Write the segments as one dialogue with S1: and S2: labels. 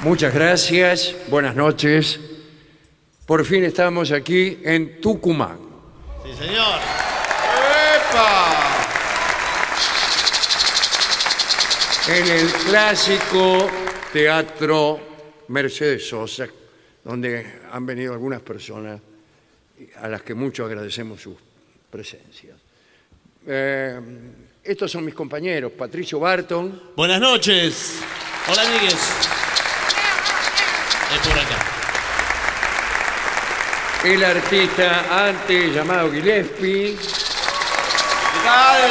S1: Muchas gracias, buenas noches. Por fin estamos aquí en Tucumán.
S2: Sí, señor. ¡Epa!
S1: en el clásico teatro Mercedes Sosa, donde han venido algunas personas a las que mucho agradecemos sus presencias. Eh, estos son mis compañeros, Patricio Barton,
S2: Buenas noches. Hola, amigues. Es por acá.
S1: el artista antes llamado Gillespie,
S2: ¿Qué tal?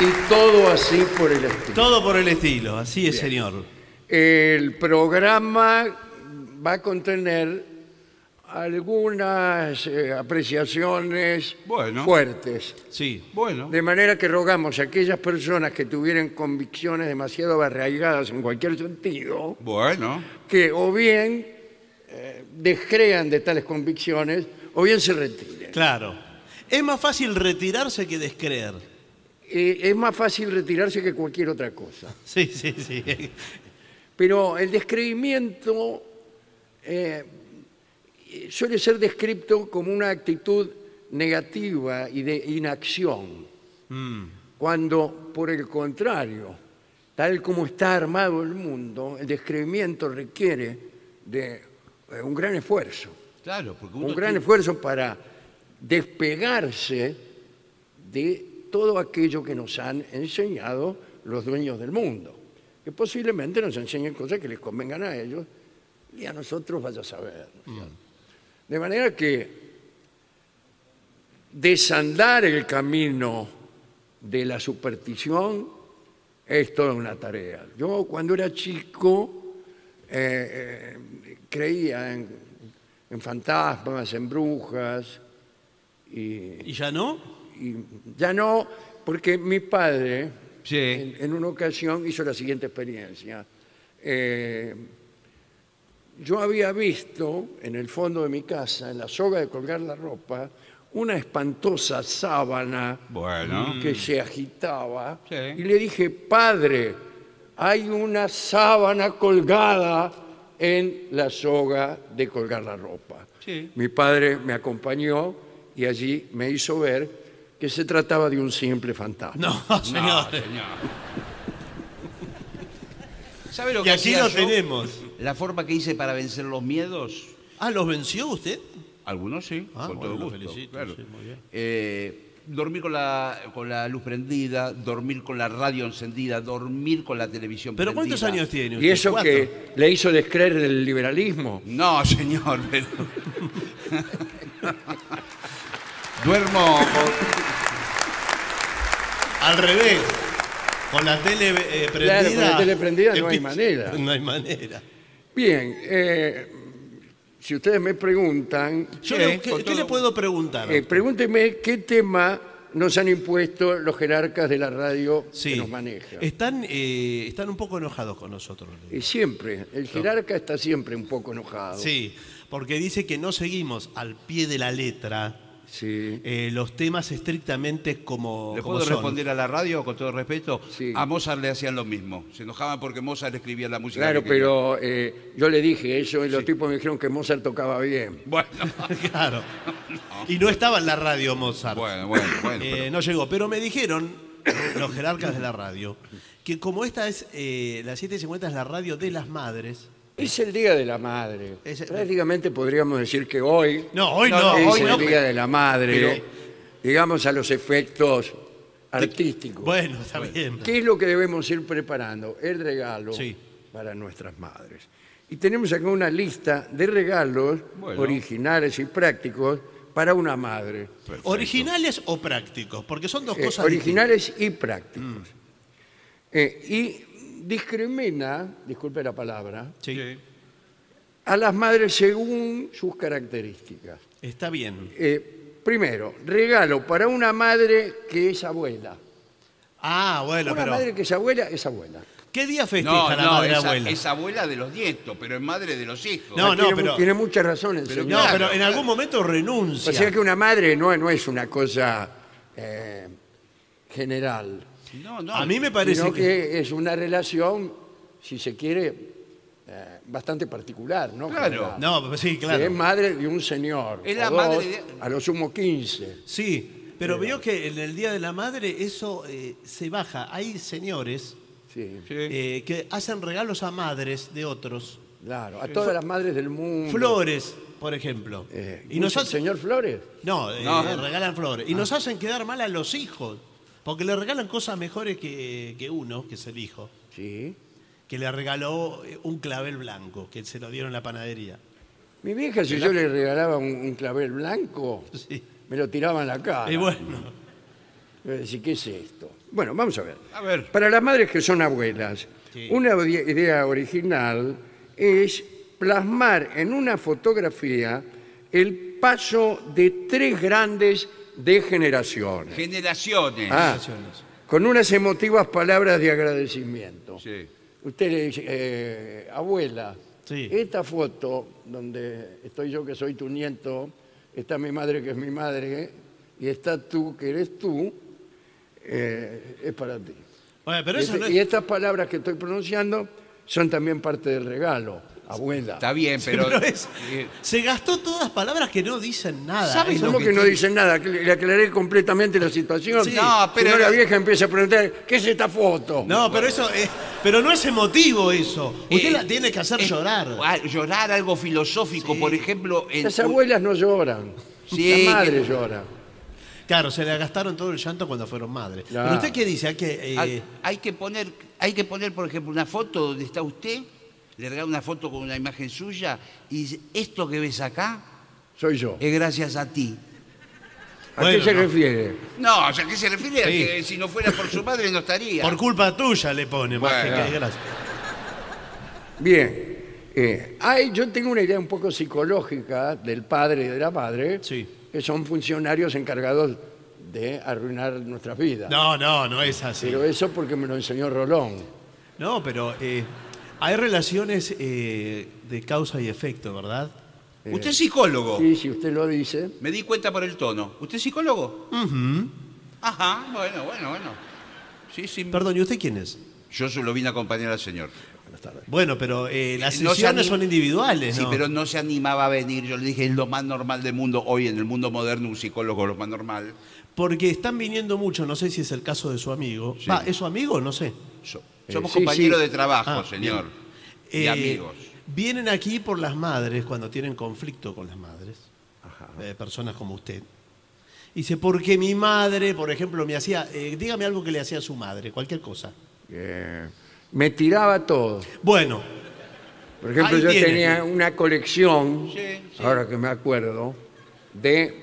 S1: y todo así por el estilo.
S2: Todo por el estilo, así es, señor.
S1: El programa va a contener algunas eh, apreciaciones
S3: Bueno.
S1: fuertes.
S2: Sí.
S3: Bueno,
S1: De manera que rogamos a aquellas personas que tuvieran convicciones demasiado arraigadas en cualquier sentido,
S3: bueno.
S1: que o bien eh, descrean de tales convicciones o bien se retiren.
S2: Claro. Es más fácil retirarse que descreer.
S1: Eh, es más fácil retirarse que cualquier otra cosa.
S2: Sí, sí, sí.
S1: Pero el descreimiento eh, suele ser descrito como una actitud negativa y de inacción, cuando por el contrario, tal como está armado el mundo, el descreimiento requiere de eh, un gran esfuerzo,
S3: Claro, porque uno
S1: un gran
S3: tiene-
S1: esfuerzo para despegarse de todo aquello que nos han enseñado los dueños del mundo, que posiblemente nos enseñen cosas que les convengan a ellos y a nosotros vaya a saber. ¿no es cierto? De manera que desandar el camino de la superstición es toda una tarea. Yo cuando era chico eh, eh, creía en, en fantasmas, en brujas, y
S2: ¿Y ya no?
S1: y ya no, porque mi padre
S3: Sí.
S1: en, en una ocasión hizo la siguiente experiencia. Eh, yo había visto en el fondo de mi casa, en la soga de colgar la ropa, una espantosa sábana
S3: Bueno.
S1: que se agitaba
S3: Sí.
S1: y le dije, padre, hay una sábana colgada en la soga de colgar la ropa.
S3: Sí.
S1: Mi padre me acompañó y allí me hizo ver que se trataba de un simple fantasma.
S2: No,
S3: No,
S2: señor.
S3: Ah, señor. ¿Sabe lo
S2: Y
S3: que
S2: aquí
S3: hacía
S2: lo
S3: yo?
S2: tenemos.
S3: La forma que hice para vencer los miedos.
S2: Ah, ¿los venció usted?
S3: Algunos sí,
S2: Ah,
S3: con
S2: bueno,
S3: todo
S2: lo
S3: gusto.
S2: felicito,
S3: claro.
S2: sí, muy bien.
S3: Eh, dormir con la, con la luz prendida, dormir con la radio encendida, dormir con la televisión
S2: ¿Pero
S3: prendida.
S2: cuántos años tiene usted?
S1: Y eso
S2: ¿Cuatro?
S1: que le hizo descreer del liberalismo.
S3: No, señor, pero... Duermo con...
S2: Al revés. Con la tele eh, prendida.
S1: Claro, con la tele prendida no hay
S2: empieza-
S1: manera.
S2: No hay manera.
S1: Bien, eh, si ustedes me preguntan,
S2: Yo
S3: Sí,
S2: le- ¿qué,
S3: con
S2: qué
S3: todo-
S2: le puedo preguntar?
S1: eh, pregúnteme qué tema nos han impuesto los jerarcas de la radio que nos maneja.
S2: Están, eh, están un poco enojados con nosotros. le digo.
S1: Y siempre, el jerarca está siempre un poco enojado.
S2: Sí, porque dice que no seguimos al pie de la letra
S1: Sí.
S2: eh, los temas estrictamente como,
S3: ¿Le
S2: como
S3: puedo
S2: son.
S3: responder a la radio con todo respeto?
S1: Sí.
S3: A Mozart le hacían lo mismo. Se enojaban porque Mozart escribía la música.
S1: Claro,
S3: que quería.
S1: pero eh, yo le dije eso y los tipos me dijeron que Mozart tocaba bien.
S3: Bueno,
S2: claro. Y no estaba en la radio Mozart.
S3: bueno, bueno. bueno
S2: Eh,
S3: pero-
S2: No llegó, pero me dijeron eh, los jerarcas de la radio que como esta es, eh, las 7.50 es la radio de las madres.
S1: Es el Día de la Madre.
S2: Es el-
S1: Prácticamente podríamos decir que hoy
S2: No, hoy no,
S3: No, no,
S1: es
S2: hoy
S1: el
S2: no.
S1: Día de la Madre, digamos a los efectos artísticos.
S2: Bueno, está bien.
S1: ¿Qué es lo que debemos ir preparando? El regalo
S2: Sí.
S1: para nuestras madres. Y tenemos acá una lista de regalos
S3: Bueno.
S1: originales y prácticos para una madre.
S2: ¿Originales o prácticos? Porque son dos
S1: Eh,
S2: cosas
S1: originales y prácticos. Eh, y discrimina, disculpe la palabra,
S2: distintas. Sí.
S1: a las madres según sus características.
S2: Está bien.
S1: Eh, primero, regalo para una madre que es abuela.
S2: Ah, bueno,
S1: una
S2: pero.
S1: madre que es abuela es abuela.
S2: ¿Qué día festeja
S3: No,
S2: Eh, la
S3: no,
S2: madre
S3: es,
S2: abuela?
S3: abuela. es abuela de los nietos, pero es madre de los hijos.
S2: No,
S1: tiene, mu-
S2: pero-
S1: tiene muchas razones.
S2: No,
S3: Pero
S1: señor.
S3: Claro,
S2: pero en
S3: claro.
S2: algún momento renuncia.
S1: O sea que una madre no, no es una cosa eh, general,
S3: no, no.
S2: A mí me parece
S1: sino
S2: que...
S1: que... es una relación, si se quiere, eh, bastante particular, ¿no?
S3: Claro.
S1: General.
S2: No, pero sí,
S1: Que
S2: claro.
S1: es madre de un señor.
S3: Es
S1: o
S3: la
S1: dos,
S3: madre de-
S1: A lo sumo 15.
S2: Sí, pero veo que en el Día de la Madre eso eh, se baja. Hay señores
S1: Sí,
S3: Sí.
S2: eh, que hacen regalos a madres de otros.
S1: claro. A todas las madres del mundo.
S2: Flores, por ejemplo.
S1: Mm. Eh,
S2: y nos
S1: ¿mucho-
S2: hacen,
S1: ¿Señor Ah. Flores?
S2: no, eh,
S3: No.
S2: regalan flores. Y nos hacen quedar mal a los hijos. Porque le regalan cosas mejores que, que uno, que es el hijo,
S1: Sí.
S2: que le regaló eh, un clavel blanco, que se lo dieron en la panadería.
S1: Mi vieja, si yo le regalaba un, un clavel blanco,
S2: Sí.
S1: me lo tiraba en la cara.
S2: Y bueno,
S1: Yo decía, ¿qué es esto? Bueno, vamos a ver.
S3: A ver.
S1: Para las madres que son abuelas,
S2: Sí.
S1: una odi- idea original es plasmar en una fotografía el paso de tres grandes degeneraciones.
S3: Generaciones.
S1: Ah, con unas emotivas palabras de agradecimiento.
S3: Sí.
S1: Usted le dice, eh, abuela,
S2: Sí.
S1: esta foto donde estoy yo que soy tu nieto, está mi madre que es mi madre, y está tú que eres tú, eh, es para ti.
S2: Bueno, pero
S1: y,
S2: eso
S1: este-
S2: no
S1: y
S2: es...
S1: estas palabras que estoy pronunciando son también parte del regalo, abuela.
S3: Está bien,
S1: este-
S3: pero.
S2: pero es-
S3: Eh,
S2: se gastó todas palabras que no dicen nada.
S3: ¿Sabes
S2: Es
S1: Como
S2: lo
S1: que,
S2: que
S1: no
S2: tiene.
S1: dicen nada, que le le aclaré completamente la situación.
S2: Sí.
S3: No, pero-
S1: Si no, la vieja empieza a preguntar, ¿qué es esta foto?
S2: No, pero eso es, pero no es emotivo eso. Usted
S3: eh,
S2: la tiene que hacer
S3: es-
S2: llorar.
S3: ah, llorar algo filosófico, por ejemplo. en-
S1: Las abuelas no lloran,
S3: Sí,
S1: la madre
S3: que-
S1: llora.
S2: Claro, se le gastaron todo el llanto cuando fueron madres.
S1: Claro.
S2: Pero usted qué dice, Hay que
S3: Ah,
S2: eh,
S3: Hay que poner, hay que poner, por ejemplo, una foto donde está usted, le regala una foto con una imagen suya y dice, esto que ves acá
S1: Soy yo.
S3: es gracias a ti.
S1: ¿A
S2: Eh, Bueno,
S1: qué se
S2: no.
S1: refiere?
S3: No, o sea, ¿qué se refiere? A
S2: Sí.
S3: que si no fuera por su madre no estaría.
S2: por culpa tuya le pone más que-
S3: Bueno.
S2: que gracias.
S1: Bien. eh, hay- yo tengo una idea un poco psicológica del padre y de la madre,
S2: Sí.
S1: Eh, que son funcionarios encargados de arruinar nuestras vidas.
S2: No, no, no es así.
S1: Pero eso porque me lo enseñó Rolón.
S2: No, pero eh, hay relaciones eh, de causa y efecto, ¿verdad?
S3: Usted es psicólogo.
S1: Y Eh, si usted lo dice,
S3: Me di cuenta por el tono. ¿Usted es psicólogo?
S2: Ujú.
S3: Ajá, bueno, bueno, bueno. Sí, sí.
S2: Perdón, ¿y usted quién es?
S3: Yo solo vine a acompañar al señor.
S2: Bueno, pero eh, las
S3: No se
S2: sesiones
S3: anim-
S2: son individuales,
S3: Sí,
S2: Eh, ¿no?
S3: pero no se animaba a venir. Yo le dije, es lo más normal del mundo. Hoy en el mundo moderno un psicólogo es lo más normal.
S2: Porque están viniendo mucho, no sé si es el caso de su amigo.
S3: Sí.
S2: Va, ¿Es su amigo? No sé.
S3: So- somos
S1: Eh, sí,
S3: compañeros
S1: sí.
S3: de trabajo,
S2: Ah,
S3: señor. Y
S2: Eh,
S3: amigos.
S2: Vienen aquí por las madres, cuando tienen conflicto con las madres, eh, personas como usted. Y Dice, porque mi madre, por ejemplo, me hacía, eh, dígame algo que le hacía a su madre, cualquier cosa.
S1: eh, me tiraba todo.
S2: Bueno,
S1: Por ejemplo,
S2: Ahí
S1: yo
S2: tiene.
S1: tenía una colección,
S3: Sí, sí.
S1: ahora que me acuerdo, de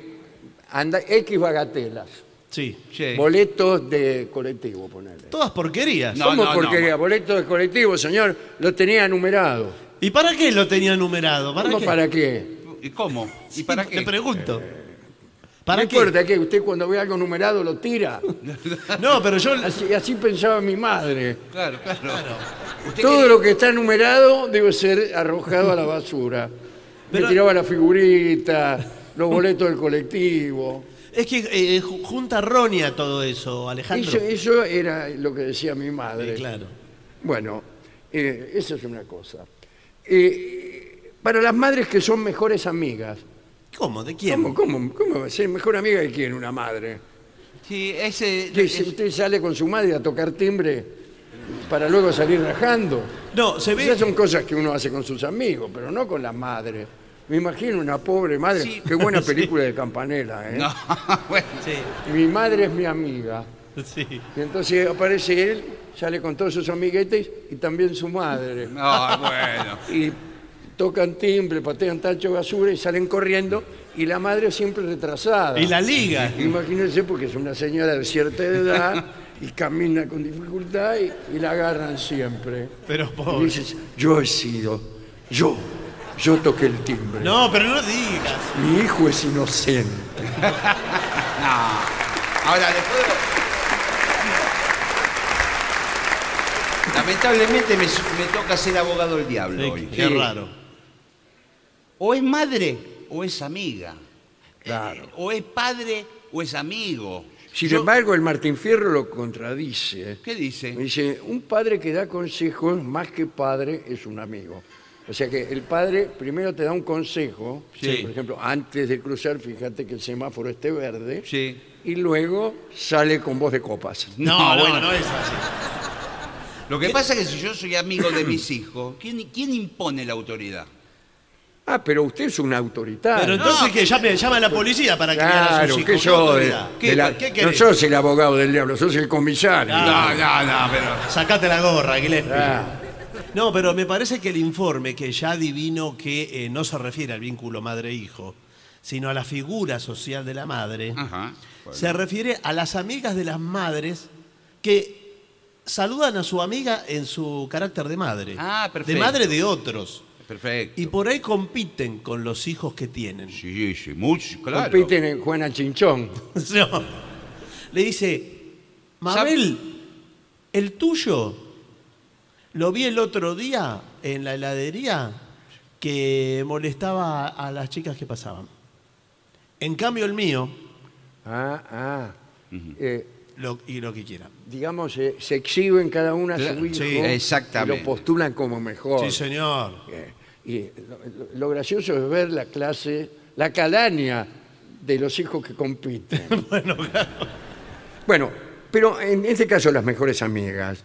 S1: anda, X bagatelas,
S2: sí.
S3: Sí.
S1: boletos de colectivo, ponerle.
S2: Todas porquerías.
S3: No,
S1: ¿Cómo porquería?
S3: no.
S1: Boletos de colectivo, señor, lo tenía numerado.
S2: ¿Y para qué lo tenía numerado? ¿Para
S1: ¿Cómo
S2: qué?
S1: para qué?
S3: ¿Y cómo? ¿Y para
S2: Te
S3: qué? Eh,
S2: pregunto. ¿Para
S1: no
S2: qué?
S1: importa que usted cuando ve algo numerado lo tira.
S2: No, pero yo.
S1: Así, así pensaba mi madre.
S3: Claro, claro. Usted
S1: Todo
S3: quiere-
S1: lo que está numerado debe ser arrojado a la basura.
S2: Pero-
S1: Me tiraba la figurita, los boletos del colectivo.
S2: Es que eh, ju- junta errónea todo eso,
S1: Eso,
S2: Alejandro.
S4: eh,
S1: eso era lo que decía mi madre.
S2: Eh, claro.
S1: Bueno, eh, esa es una cosa. Eh, para las madres que son mejores amigas,
S2: ¿Cómo? ¿De quién?
S1: ¿cómo, cómo, cómo va a ser mejor amiga de quién una madre?
S3: Sí, ese...
S1: Que si
S3: es-
S1: usted sale con su madre a tocar timbre para luego salir rajando.
S2: No, se ve.
S1: Esas Pues son cosas que uno hace con sus amigos, pero no con las madres. Me imagino una pobre madre.
S3: Sí.
S1: Qué buena película de Campanella, ¿eh?
S3: No, bueno.
S2: Sí,
S1: Y Mi madre es mi amiga.
S2: sí.
S1: Y entonces aparece él, sale con todos sus amiguetes y también su madre.
S3: No, Ah, bueno.
S1: Y
S4: tocan timbre, patean tacho de basura y salen corriendo y la madre siempre retrasada.
S2: Y la liga.
S4: Imagínense porque es una señora de cierta edad y camina con dificultad y, y la agarran siempre.
S2: Pero
S4: Y
S2: pobre.
S4: dices, yo he sido, yo, yo toqué el timbre.
S2: No, pero no digas.
S4: Mi hijo es inocente.
S3: Ahora, después. Lamentablemente me, me toca ser abogado del diablo
S2: Sí,
S3: hoy.
S2: Qué raro.
S3: O es madre o es amiga.
S4: Claro.
S3: Eh, O es padre o es amigo.
S4: Sin
S3: Yo-
S4: embargo, el Martín Fierro lo contradice.
S3: ¿Qué dice?
S4: Dice, un padre que da consejos más que padre es un amigo. O sea que el padre primero te da un consejo,
S3: Sí.
S4: por ejemplo, antes de cruzar, fíjate que el semáforo esté verde,
S3: Sí.
S4: y luego sale con voz de copas.
S2: No,
S3: No,
S2: no,
S3: bueno.
S2: no es así.
S3: Lo que pasa es que si yo soy amigo de mis hijos, ¿quién, quién impone la autoridad?
S4: Ah, pero usted es un autoritario.
S2: Pero entonces que llame, llama a la policía para que a
S4: claro,
S2: sus
S4: que
S2: hijos. ¿Qué
S4: yo,
S2: autoridad?
S4: de-
S2: ¿Qué-
S4: de la-
S2: ¿Qué
S4: no
S2: querés?
S4: sos el abogado del diablo, sos el comisario.
S2: Ah.
S3: no, no, pero.
S2: Sacate la gorra, Gillespie.
S4: Ah.
S2: No, pero me parece que el informe, que ya adivino que eh, no se refiere al vínculo madre-hijo, sino a la figura social de la madre,
S3: Ajá.
S2: se refiere a las amigas de las madres que saludan a su amiga en su carácter de madre.
S3: Ah, perfecto.
S2: De madre de otros.
S3: Perfecto.
S2: Y por ahí compiten con los hijos que tienen.
S3: Sí, sí, mucho, claro.
S4: Compiten en Juana Chinchón.
S2: No. Le dice, Mabel, el tuyo lo vi el otro día en la heladería que molestaba a las chicas que pasaban. En cambio el mío,
S4: Ah, ah. Eh,
S2: lo- y lo que quiera.
S4: digamos, eh, se exhiben cada una a
S3: Claro,
S4: su hijo.
S3: sí,
S4: Y
S3: exactamente.
S4: lo postulan como mejor.
S2: Sí, señor.
S4: Eh, y lo, lo- lo gracioso es ver la clase, la calaña de los hijos que compiten. bueno, pero en este caso las mejores amigas,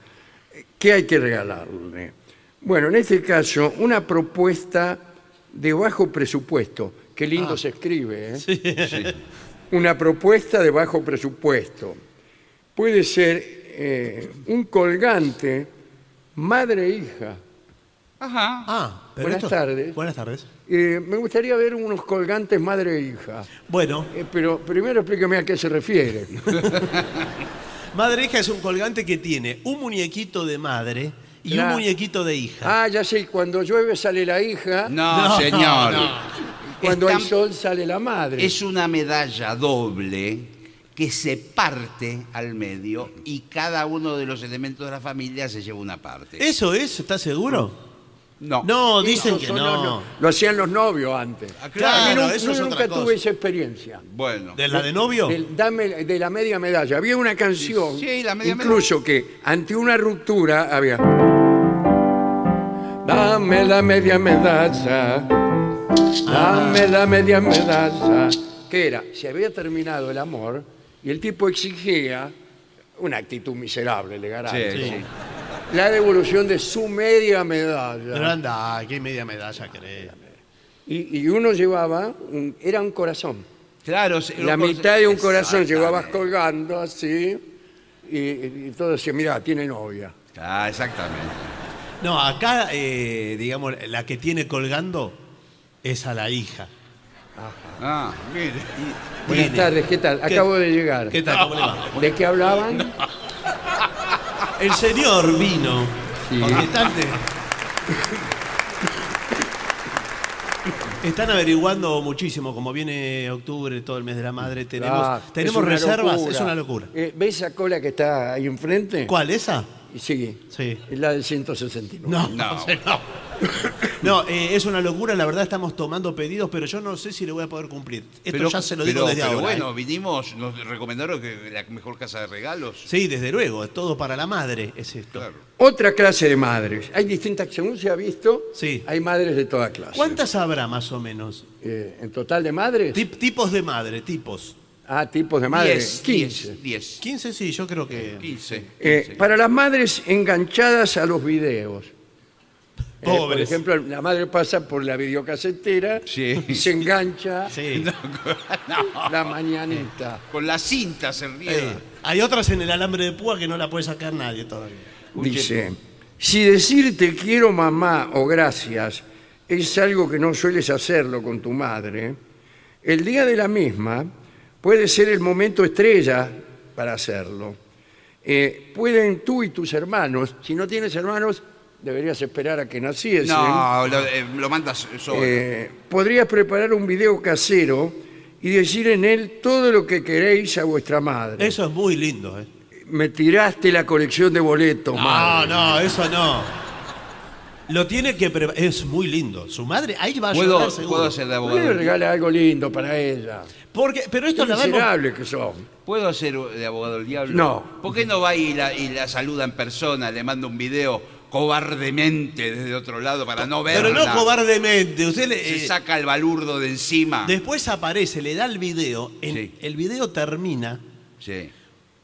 S4: eh, ¿qué hay que regalarle? Bueno, en este caso, una propuesta de bajo presupuesto. Qué lindo se escribe, ¿eh? Una propuesta de bajo presupuesto. Puede ser eh, un colgante madre-hija.
S3: Ajá.
S2: Ah, pero
S4: Buenas
S2: esto-
S4: tardes.
S2: Buenas tardes.
S4: Eh, me gustaría ver unos colgantes madre e hija.
S2: Bueno,
S4: Eh, pero primero explíqueme a qué se refiere.
S2: madre e hija es un colgante que tiene un muñequito de madre y
S4: Claro.
S2: un muñequito de hija.
S4: Ah, ya sé, cuando llueve sale la hija,
S3: No,
S2: No,
S3: señor.
S2: no.
S4: cuando hay
S3: Están-
S4: sol sale la madre.
S3: Es una medalla doble que se parte al medio y cada uno de los elementos de la familia se lleva una parte.
S2: ¿Eso es? ¿Estás seguro?
S3: No.
S2: No,
S4: Esos
S2: dicen que
S4: son los
S2: no.
S4: Lo hacían los novios antes.
S3: Ah,
S4: A mí
S2: Claro,
S4: nun-
S2: eso
S4: yo
S2: es
S4: nunca
S2: otra cosa.
S4: tuve esa experiencia.
S3: Bueno.
S2: ¿De la de novio?
S4: Del dame de la media medalla. Había una canción,
S3: Sí, sí, la media
S4: incluso que ante una ruptura había. Dame la media medalla. Dame la media medalla. Que era, se había terminado el amor y el tipo exigía una actitud miserable, le
S3: Sí,
S4: garanto.
S3: sí.
S4: La devolución de su media medalla.
S2: Pero anda, qué media medalla crees.
S4: Y, y uno llevaba, un- era un corazón.
S3: Claro, se-
S4: La
S3: lo-
S4: mitad de un corazón
S3: Exactamente.
S4: llevabas colgando así y, y todo decía, mira, tiene novia.
S3: Ah, exactamente.
S2: No, acá, eh, digamos, la que tiene colgando es a la hija.
S3: Ah, mire.
S4: Buenas
S2: Tiene.
S4: tardes, ¿qué tal?
S2: ¿Qué-
S4: Acabo de llegar.
S2: ¿Qué tal? ¿Cómo le va?
S4: ¿De qué hablaban?
S2: El señor vino.
S4: Sí.
S2: porque Están, de- Están averiguando muchísimo, como viene octubre, todo el mes de la madre, tenemos,
S4: Ah,
S2: tenemos
S4: es una
S2: reservas,
S4: locura.
S2: es una locura.
S4: Eh, ¿Ves esa cola que está ahí enfrente?
S2: ¿Cuál, esa?
S4: Sí,
S2: Sí.
S4: es la del 169.
S2: No,
S3: No.
S2: no. No, eh, es una locura, la verdad estamos tomando pedidos, pero yo no sé si le voy a poder cumplir. Esto ya se lo digo
S3: pero-
S2: desde
S3: pero
S2: ahora.
S3: bueno,
S2: ¿eh?
S3: vinimos, nos recomendaron que la mejor casa de regalos.
S2: Sí, desde luego, es todo para la madre, es esto.
S3: Claro.
S4: Otra clase de madres. Hay distintas, según se ha visto,
S2: Sí.
S4: hay madres de toda clase.
S2: ¿Cuántas habrá más o menos?
S4: Eh, ¿En total de madres?
S2: Tip- tipos de madre, tipos.
S4: ah, tipos de madres.
S3: 10,
S4: 15.
S3: 10, 10,
S2: 15 sí, yo creo que...
S3: 15.
S4: Eh,
S3: 15.
S4: para las madres enganchadas a los videos. Eh, por
S2: Pobres.
S4: ejemplo, la madre pasa por la videocasetera
S3: Sí.
S4: y se engancha
S2: Sí.
S3: No,
S4: la mañanita.
S3: con la cinta se ríe.
S2: Eh, hay otras en el alambre de púa que no la puede sacar nadie todavía.
S4: Dice, si decirte quiero mamá o gracias es algo que no sueles hacerlo con tu madre, el día de la misma puede ser el momento estrella para hacerlo. Eh, pueden tú y tus hermanos, si no tienes hermanos, deberías esperar a que naciesen.
S3: No, lo, eh, lo mandas solo.
S4: Eh, podrías preparar un video casero y decir en él todo lo que queréis a vuestra madre.
S2: Eso es muy lindo, ¿eh?
S4: Me tiraste la colección de boletos,
S2: Ah,
S4: madre.
S2: No, no, eso no. Lo tiene que preparar. Es muy lindo. Su madre, ahí va a
S3: ¿Puedo,
S2: llorar seguro.
S3: puedo hacer de
S4: ¿Por qué no le
S3: abogado.
S4: regala algo lindo para ella.
S2: Porque, pero
S4: Qué
S2: esto lo vemos.
S4: miserables que son.
S3: ¿Puedo hacer de abogado del diablo?
S4: No.
S3: ¿Por qué no va y la, y la saluda en persona, le manda un video cobardemente desde otro lado para no verla?
S2: Pero no cobardemente. Usted le-
S3: Se
S2: eh,
S3: saca el balurdo de encima.
S2: después aparece, le da el video. en-
S3: Sí.
S2: El video termina
S3: Sí.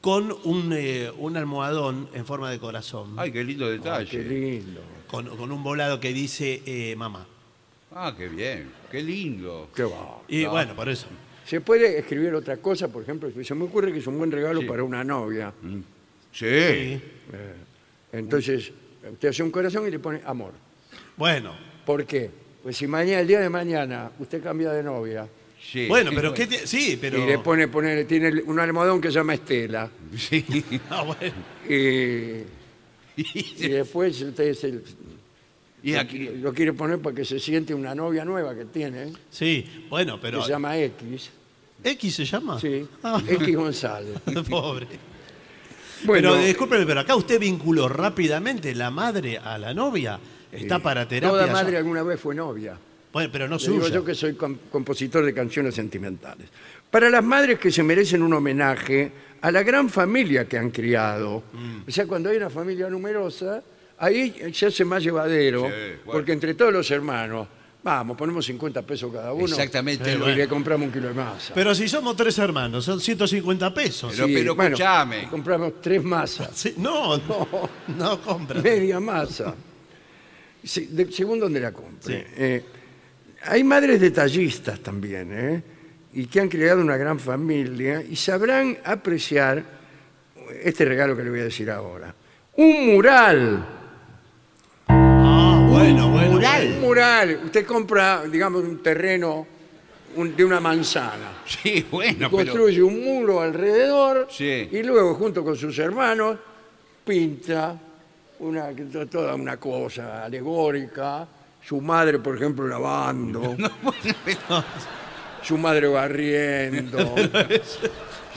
S2: con un, eh, un almohadón en forma de corazón.
S3: Ay, qué lindo detalle.
S4: Qué lindo.
S2: Con, con un volado que dice eh, mamá.
S3: Ah, qué bien. Qué lindo.
S4: Qué va.
S2: Y
S3: Ah.
S2: bueno, por eso.
S4: Se puede escribir otra cosa, por ejemplo, se me ocurre que es un buen regalo
S3: Sí.
S4: para una novia.
S2: Mm.
S3: Sí.
S2: Sí.
S4: Entonces, usted hace un corazón y le pone amor.
S2: Bueno.
S4: ¿Por qué? Pues si mañana, el día de mañana, usted cambia de novia
S3: sí.
S2: Bueno, pero ¿qué tie- Sí, pero.
S4: y le pone, pone- tiene un almohadón que se llama Estela,
S3: Sí.
S2: Ah, bueno.
S4: y, y después usted se-
S3: Y aquí.
S4: lo quiere poner para que se siente una novia nueva que tiene,
S2: Sí, bueno, pero.
S4: que se llama X,
S2: ¿X se llama?
S4: sí,
S2: Ah,
S4: X González.
S2: pobre.
S4: Bueno,
S2: pero discúlpeme, pero acá usted vinculó rápidamente la madre a la novia. Está para terapia.
S4: toda
S2: ya.
S4: madre alguna vez fue novia.
S2: Bueno, pero no
S4: Le digo
S2: suya.
S4: yo que soy com- compositor de canciones sentimentales. Para las madres que se merecen un homenaje a la gran familia que han criado.
S2: Mm.
S4: O sea, cuando hay una familia numerosa, ahí se hace más llevadero,
S3: Sí, bueno.
S4: porque entre todos los hermanos, vamos, ponemos 50 pesos cada uno.
S3: Exactamente.
S4: Y
S2: Sí,
S4: le
S2: bueno.
S4: compramos un kilo de masa.
S2: Pero si somos tres hermanos, son 150 pesos.
S3: Pero- pero
S4: bueno,
S3: escuchame.
S4: le compramos tres masas,
S2: Sí, no, no, no compra.
S4: media masa. Sí, de- según donde la compre.
S2: Sí.
S4: Eh, hay madres detallistas también, ¿eh? y que han creado una gran familia y sabrán apreciar este regalo que le voy a decir ahora. Un mural.
S2: Ah, bueno, bueno.
S4: Un
S3: Mural.
S4: mural. Usted compra, digamos, un terreno un- de una manzana.
S3: Sí, bueno, pero.
S4: Construye un muro alrededor
S3: Sí.
S4: y luego, junto con sus hermanos, pinta una, toda una cosa alegórica. Su madre, por ejemplo, lavando. su madre barriendo,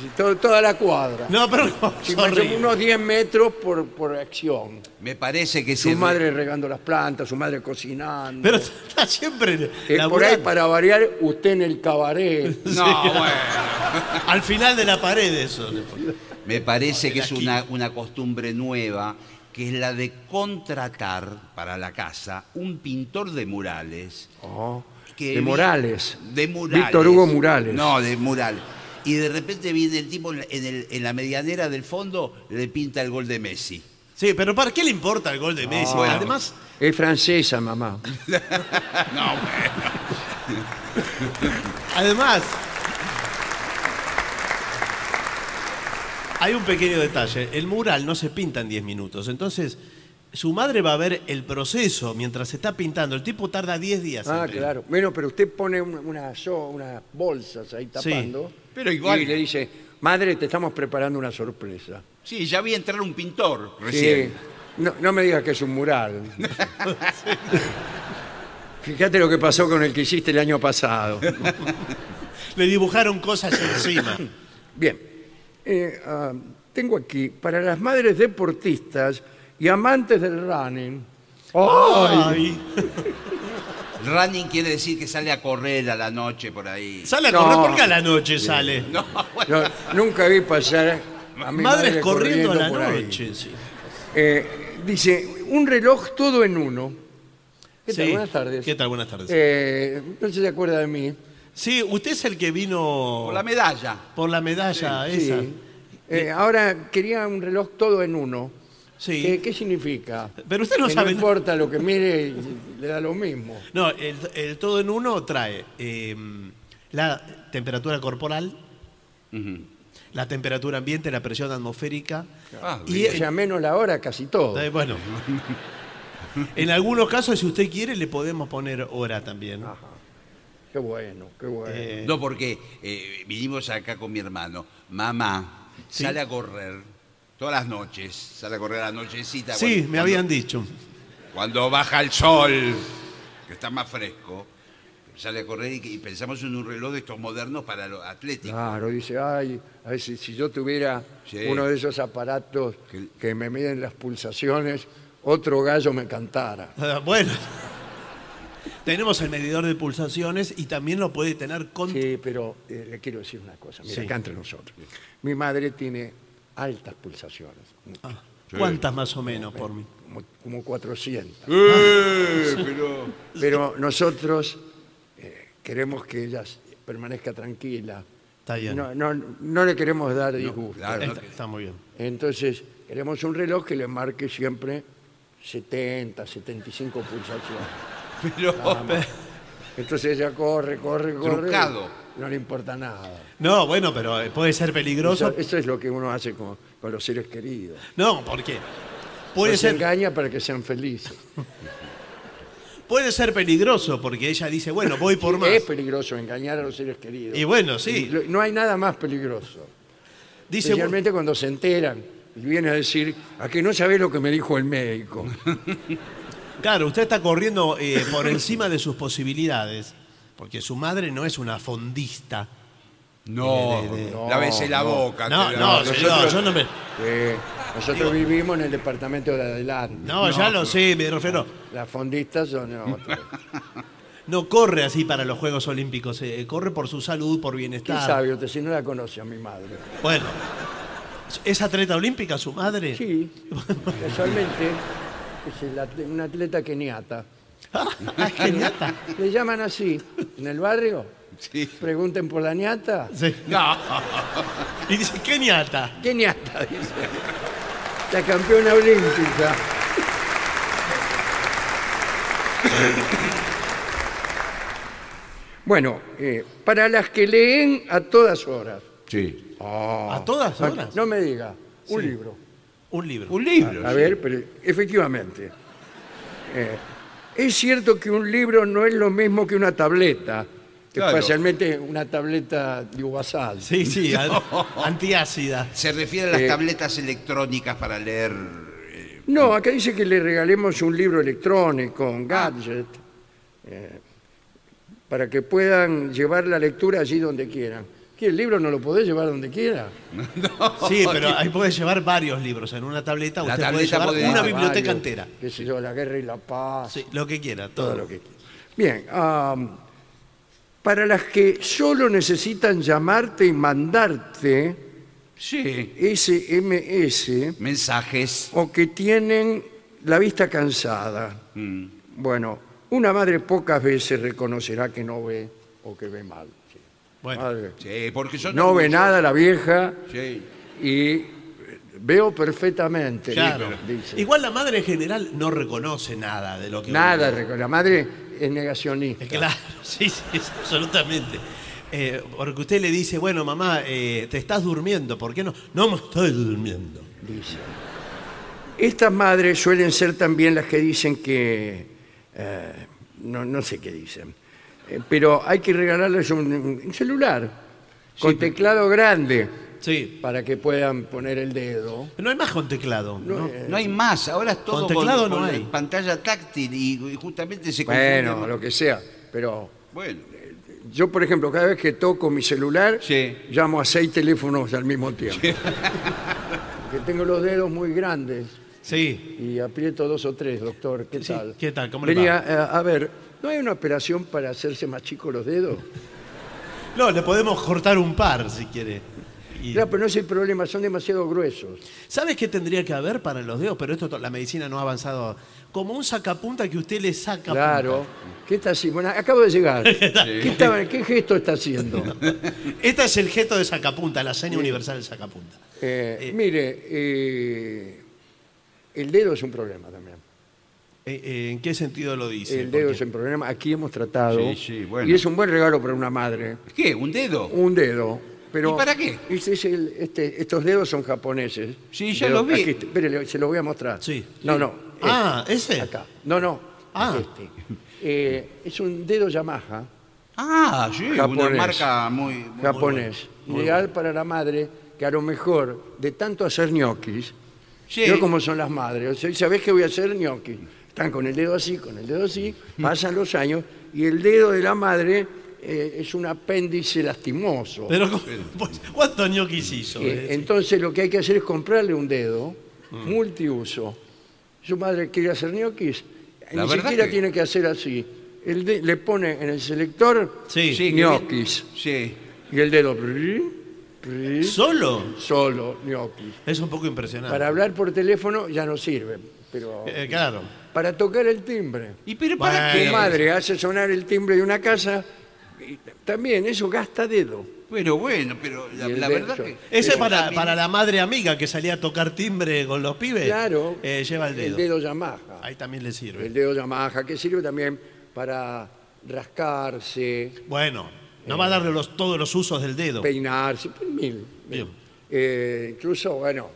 S4: y to- toda la cuadra.
S2: No, pero no,
S4: Si
S2: sorry.
S4: marchamos unos 10 metros por, por acción.
S3: Me parece que
S4: Su
S3: se.
S4: madre regando las plantas, su madre cocinando.
S2: Pero está siempre
S4: Eh, por
S2: laburando.
S4: ahí para variar, usted en el cabaret.
S3: No, bueno.
S2: Al final de la pared eso. le pone.
S3: Me parece que es
S2: aquí.
S3: una, una costumbre nueva, que es la de contratar para la casa un pintor de murales.
S4: Oh,
S3: que
S4: de
S3: vi-
S4: Morales.
S3: De murales.
S4: Víctor Hugo Murales.
S3: No, de murales. Y de repente viene el tipo en la- en, el- en la medianera del fondo, le pinta el gol de Messi.
S2: Sí, pero ¿para qué le importa el gol de Messi?
S4: Ah,
S3: bueno.
S2: Además,
S4: Es francesa, mamá.
S3: No, bueno.
S2: además. Hay un pequeño detalle. El mural no se pinta en 10 minutos. Entonces, su madre va a ver el proceso mientras se está pintando. El tipo tarda 10 días.
S4: Ah,
S2: en-
S4: claro. Bueno, pero usted pone un- una so- unas bolsas ahí tapando.
S3: Pero igual-
S4: Y le dice, madre, te estamos preparando una sorpresa.
S3: Sí, ya vi entrar un pintor
S4: Sí.
S3: recién.
S4: No, no me digas que es un mural. Fíjate lo que pasó con el que hiciste el año pasado.
S2: Le dibujaron cosas encima.
S4: Bien, Eh, ah, tengo aquí para las madres deportistas y amantes del running. ¡Ay!
S2: Ay.
S3: Running quiere decir que sale a correr a la noche por ahí.
S2: Sale a
S4: No.
S2: correr porque a la noche sale.
S3: No, bueno.
S4: No, nunca vi pasar a mi
S2: Madres
S4: madre
S2: corriendo, a la
S4: por ahí.
S2: noche. sí.
S4: Eh, dice, un reloj todo en uno. ¿Qué tal?
S2: Sí.
S4: Buenas tardes.
S2: ¿Qué tal? Buenas tardes.
S4: Eh, no se acuerda de mí.
S2: Sí, usted es el que vino
S3: Por la medalla.
S2: por la medalla
S4: Sí.
S2: esa.
S4: Eh, ahora quería un reloj todo en uno. Eh,
S2: Sí.
S4: ¿Qué, qué significa?
S2: Pero usted no
S4: Que
S2: sabe-
S4: No importa lo que mire, le da lo mismo.
S2: No, el, el todo en uno trae eh, la temperatura corporal, la temperatura ambiente, la presión atmosférica.
S3: Ah,
S2: y
S3: bien.
S4: O sea, menos la hora, casi todo.
S2: eh, bueno, En algunos casos, si usted quiere, le podemos poner hora también.
S3: Ah,
S4: Qué bueno, qué bueno.
S2: Eh,
S3: No, porque eh, vinimos acá con mi hermano. Mamá
S2: Sí.
S3: sale a correr todas las noches, sale a correr a la nochecita.
S2: sí,
S3: cuando-
S2: me habían dicho.
S3: Cuando baja el sol, que está más fresco, sale a correr y, que- y pensamos en un reloj de estos modernos para los atléticos.
S4: Claro, dice, ay, a ver, si, si yo tuviera
S3: Sí.
S4: uno de esos aparatos
S3: Que-
S4: que me miden las pulsaciones, otro gallo me cantara.
S2: Ah, Bueno. Tenemos el medidor de pulsaciones y también lo puede tener con...
S4: Sí, pero eh, le quiero decir una cosa, mira,
S2: Sí.
S4: acá entre nosotros. Mi madre tiene altas pulsaciones,
S2: Ah,
S3: Sí.
S2: ¿Cuántas más o menos por mí?
S4: como, como 400.
S3: ¡Eh! Pero
S4: Pero nosotros eh, queremos que ella permanezca tranquila.
S2: Está bien.
S4: No, no, no le queremos dar disgusto.
S3: claro, no
S2: Está, está muy bien.
S4: Entonces, queremos un reloj que le marque siempre 70, 75 pulsaciones.
S3: pero-
S4: Entonces ella corre, corre, corre.
S3: Trucado.
S4: No le importa nada.
S2: No, bueno, pero eh, puede ser
S4: Eso,
S2: peligroso.
S4: eso es lo que uno hace con, con los seres queridos.
S2: No, porque puede
S4: Los
S2: ser,
S4: engaña para que sean felices.
S2: puede ser peligroso porque ella dice, bueno, voy por más.
S4: Es peligroso engañar a los seres queridos.
S2: Y bueno, sí.
S4: Lo- No hay nada más peligroso.
S2: Dice,
S4: Especialmente cuando se enteran y viene a decir, a que no sabe lo que me dijo el médico.
S2: claro, usted está corriendo eh, por encima de sus posibilidades, porque su madre no es una fondista. Ah,
S3: No,
S4: de-
S3: lávese la
S4: no,
S3: boca.
S2: No,
S3: te-
S2: no,
S3: Ah, nosotros-
S2: señor, yo no me...
S4: Eh, nosotros vivimos en el departamento de adelante.
S2: No, ya lo sé, me refiero.
S4: Las fondistas son otras.
S2: No corre así para los Juegos Olímpicos, eh, corre por su salud, por
S4: ¿Qué
S2: bienestar.
S4: sabe usted si no la conoce a mi madre?
S2: Bueno, ¿es atleta olímpica su madre?
S4: Sí, casualmente es el atle- un atleta keniata.
S2: Ah, qué ñata.
S4: Le llaman así en el barrio.
S3: Sí.
S4: Pregunten por la ñata.
S2: Sí.
S3: No.
S2: Y dice, ¿qué ñata?
S4: ¿Qué ñata? Dice. La campeona olímpica. Bueno, eh, para las que leen a todas horas.
S3: Sí.
S2: ¿A todas horas?
S4: Ah, No me diga, un
S2: Sí.
S4: libro.
S2: Un libro.
S3: Un libro.
S4: A
S3: sí.
S4: ver, pero efectivamente. eh, es cierto que un libro no es lo mismo que una tableta,
S3: Claro.
S4: especialmente una tableta de Ubasal.
S2: Sí, sí, an- antiácida.
S3: Se refiere a las
S4: Eh.
S3: tabletas electrónicas para leer. eh,
S4: No, acá dice que le regalemos un libro electrónico, un gadget, eh, para que puedan llevar la lectura allí donde quieran. ¿Qué, el libro no lo podés llevar donde quiera?
S2: Sí, pero ahí puede llevar varios libros. En una tableta usted
S3: La
S2: puede
S3: tableta
S2: llevar
S3: puede-
S2: una
S4: Ah,
S2: biblioteca
S4: varios,
S2: entera.
S4: Qué sé yo, la guerra y la paz,
S2: Sí, lo que quiera, todo.
S4: todo lo que quieras. Bien, am, para las que solo necesitan llamarte y mandarte
S3: Sí.
S4: SMS
S3: Mensajes.
S4: o que tienen la vista cansada.
S3: Mm.
S4: Bueno, una madre pocas veces reconocerá que no ve o que ve mal. sí.
S2: Bueno,
S4: Madre,
S3: Sí, porque son
S4: no ve nada la vieja
S3: Sí.
S4: y eh, veo perfectamente.
S2: claro.
S4: dice.
S2: Igual la madre en general no reconoce nada de lo que...
S4: Nada, reco- la madre es negacionista.
S2: Eh, Claro, sí, sí, sí, absolutamente. Eh, porque usted le dice, bueno, mamá, eh, te estás durmiendo, ¿por qué no? No me estoy durmiendo.
S4: dice. Estas madres suelen ser también las que dicen que... eh, no, no sé qué dicen. Eh, pero hay que regalarles un, un celular con teclado grande
S2: Sí.
S4: para que puedan poner el dedo.
S2: No hay más con teclado. ¿no?
S3: No hay más, ahora es todo
S2: Con teclado no
S3: la
S2: hay.
S3: pantalla táctil y, y justamente se confunde
S4: Bueno,
S3: más.
S4: lo que sea. Pero
S3: Bueno,
S4: yo, por ejemplo, cada vez que toco mi celular,
S3: Sí.
S4: llamo a seis teléfonos al mismo tiempo. Porque tengo los dedos muy grandes
S2: Sí.
S4: y aprieto dos o tres, doctor. ¿Qué
S2: Sí,
S4: tal?
S2: ¿qué tal? ¿Cómo le
S4: Venía, eh, a ver, ¿no hay una operación para hacerse más chicos los dedos?
S2: No, le podemos cortar un par si quiere. Y-
S4: Claro, pero no es el problema, son demasiado gruesos.
S2: ¿Sabes qué tendría que haber para los dedos? Pero esto to- la medicina no ha avanzado. Como un sacapunta que usted le saca.
S4: Claro. ¿Qué está haciendo? Bueno, acabo de llegar. ¿Qué, está- qué gesto está haciendo?
S2: punta. Este es el gesto de sacapunta, la seña universal de sacapunta.
S4: Eh,
S2: Eh.
S4: mire, eh, el dedo es un problema también.
S2: Eh, eh, ¿En qué sentido lo dice?
S4: el dedo
S2: Porque-
S4: es un problema. Aquí hemos tratado.
S3: Sí, sí, bueno.
S4: Y es un buen regalo para una madre.
S3: ¿qué? ¿Un dedo?
S4: Un dedo. Pero
S3: ¿Y para qué?
S4: Este es el- este- estos dedos son japoneses.
S3: Sí, ya los
S4: Dedos-
S3: vi.
S4: aquí está, espere, le- se los voy a mostrar.
S2: Sí.
S4: No, no.
S2: Ah, ese.
S4: Acá. No, no.
S2: Ah.
S4: Este. Eh, es un dedo Yamaha
S3: Ah, sí,
S4: Japonés.
S3: una marca muy. muy
S4: japonés. ideal para la madre que a lo mejor de tanto hacer ñoquis.
S3: Sí.
S4: Yo como son las madres. O sea, ¿Sabés qué voy a hacer ñoquis? Están con el dedo así, con el dedo así, pasan los años y el dedo de la madre eh, es un apéndice lastimoso.
S2: Pero, ¿cómo- pues, ¿cuántos ñoquis hizo?
S4: Eh,
S2: eh?
S4: entonces lo que hay que hacer es comprarle un dedo
S3: Mm.
S4: multiuso. Su madre quiere hacer ñoquis,
S3: La
S4: ni
S3: verdad
S4: siquiera
S3: que-
S4: tiene que hacer así. El de- le pone en el selector
S2: Sí.
S3: Sí.
S4: ñoquis
S3: Sí.
S4: y el dedo prr, prr,
S2: ¿Solo?
S4: solo ñoquis.
S2: Es un poco impresionante.
S4: Para hablar por teléfono ya no sirve, pero
S2: Eh, claro.
S4: para tocar el timbre.
S3: ¿Y pero para
S2: Bueno.
S4: Tu
S3: qué?
S4: madre hace sonar el timbre de una casa, y también eso gasta dedo.
S3: Pero bueno, pero la,
S4: Y el
S3: la
S4: de-
S3: verdad
S4: yo-
S3: que.
S2: Ese es
S3: pero
S2: para,
S3: también-
S2: para la madre amiga que salía a tocar timbre con los pibes.
S4: Claro,
S2: eh, lleva el dedo.
S4: el dedo Yamaha.
S2: Ahí también le sirve.
S4: El dedo Yamaha, que sirve también para rascarse,
S2: Bueno, no va a darle los, todos los usos del dedo.
S4: peinarse, pues, mil.
S2: Oh. Bien.
S4: Eh, incluso, bueno,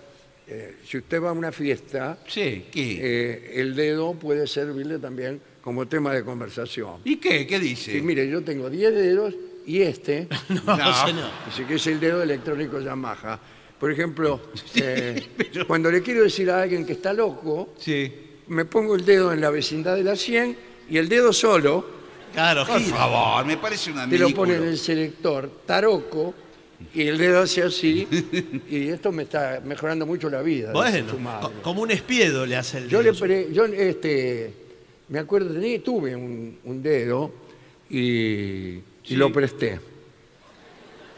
S4: eh, si usted va a una fiesta,
S3: Sí, ¿qué?
S4: eh, el dedo puede servirle también como tema de conversación.
S3: ¿Y qué? ¿Qué
S4: Y
S3: dice?
S4: mire, yo tengo 10 dedos y este,
S2: No,
S3: No.
S2: señor.
S4: así que es el dedo electrónico Yamaha. Por ejemplo, eh, cuando le quiero decir a alguien que está loco,
S3: Sí.
S4: me pongo el dedo en la vecindad de la 100 y el dedo solo
S2: Claro,
S3: Por
S2: gira.
S3: favor, me parece una
S4: Te lo pone en
S3: ridículo.
S4: el selector taroco y el dedo hace así. y esto me está mejorando mucho la vida. dice
S2: Bueno,
S4: su madre.
S2: co- como un espiedo le hace el
S4: Yo le
S2: dedo.
S4: pre- yo, este, me acuerdo, tenía- tuve un, un dedo y, y lo presté.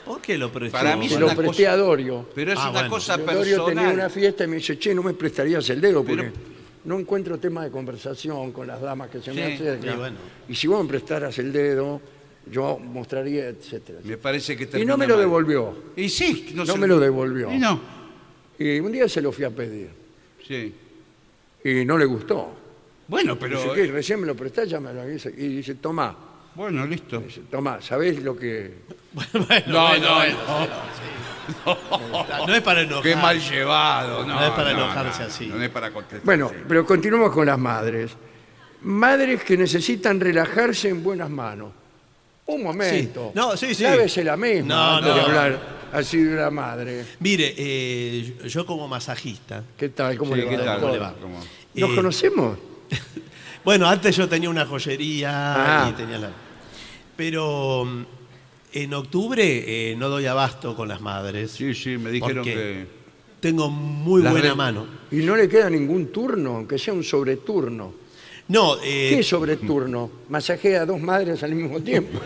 S2: ¿Por qué lo prestó?
S3: Para mí
S4: Se
S3: es
S4: lo
S3: una
S4: presté
S3: cosa-
S4: a Dorio.
S3: Pero es
S2: Ah,
S3: una
S2: bueno.
S3: cosa
S4: Dorio tenía
S3: personal.
S4: una fiesta y me dice, che, no me prestarías el dedo porque
S3: Pero-
S4: no encuentro tema de conversación con las damas que se me
S3: Sí,
S4: acercan.
S2: y bueno.
S4: Y si vos me prestaras el dedo, yo mostraría, etcétera.
S3: Me parece que
S4: Y no
S3: termina
S4: me lo
S3: mal.
S4: devolvió.
S3: Y sí,
S4: No
S3: se-
S4: me lo devolvió.
S3: Y no.
S4: Y un día se lo fui a pedir
S3: Sí.
S4: y no le gustó.
S3: Bueno,
S4: Dice,
S3: pero. eh,
S4: "¿Qué? recién me lo prestás, ya me lo dice. Y dice, tomá,
S3: Bueno, listo.
S4: dice, tomá, ¿sabés lo que...?
S2: Bueno, bueno,
S3: No,
S2: bueno,
S3: no,
S2: bueno, bueno, sí. No es para enojar.
S3: Qué mal llevado. No,
S2: No es para enojarse así.
S3: No, es para contestar.
S4: Bueno,
S3: así.
S4: pero continuamos con las madres. Madres que necesitan relajarse en buenas manos. Un momento.
S2: Sí. No, sí, sí.
S4: Lávese la misma
S2: No,
S4: antes de
S2: no.
S4: hablar así de una madre.
S2: Mire, eh, yo- yo como masajista.
S4: ¿Qué tal? ¿Cómo
S3: Sí,
S4: le va?
S3: ¿qué tal?
S4: doctor?
S3: ¿Cómo le va? ¿Cómo?
S4: ¿Nos
S2: Eh,
S4: conocemos?
S2: Bueno, antes yo tenía una joyería
S4: Ah.
S2: y tenía la- Pero mm, en octubre eh, no doy abasto con las madres.
S3: Sí, sí, me dijeron
S2: porque
S3: que.
S2: Tengo muy
S3: Las
S2: buena
S3: re-
S2: mano.
S4: Y no le queda ningún turno, aunque sea un sobreturno.
S2: No, eh,
S4: ¿Qué es sobreturno? Masajea a dos madres al mismo tiempo.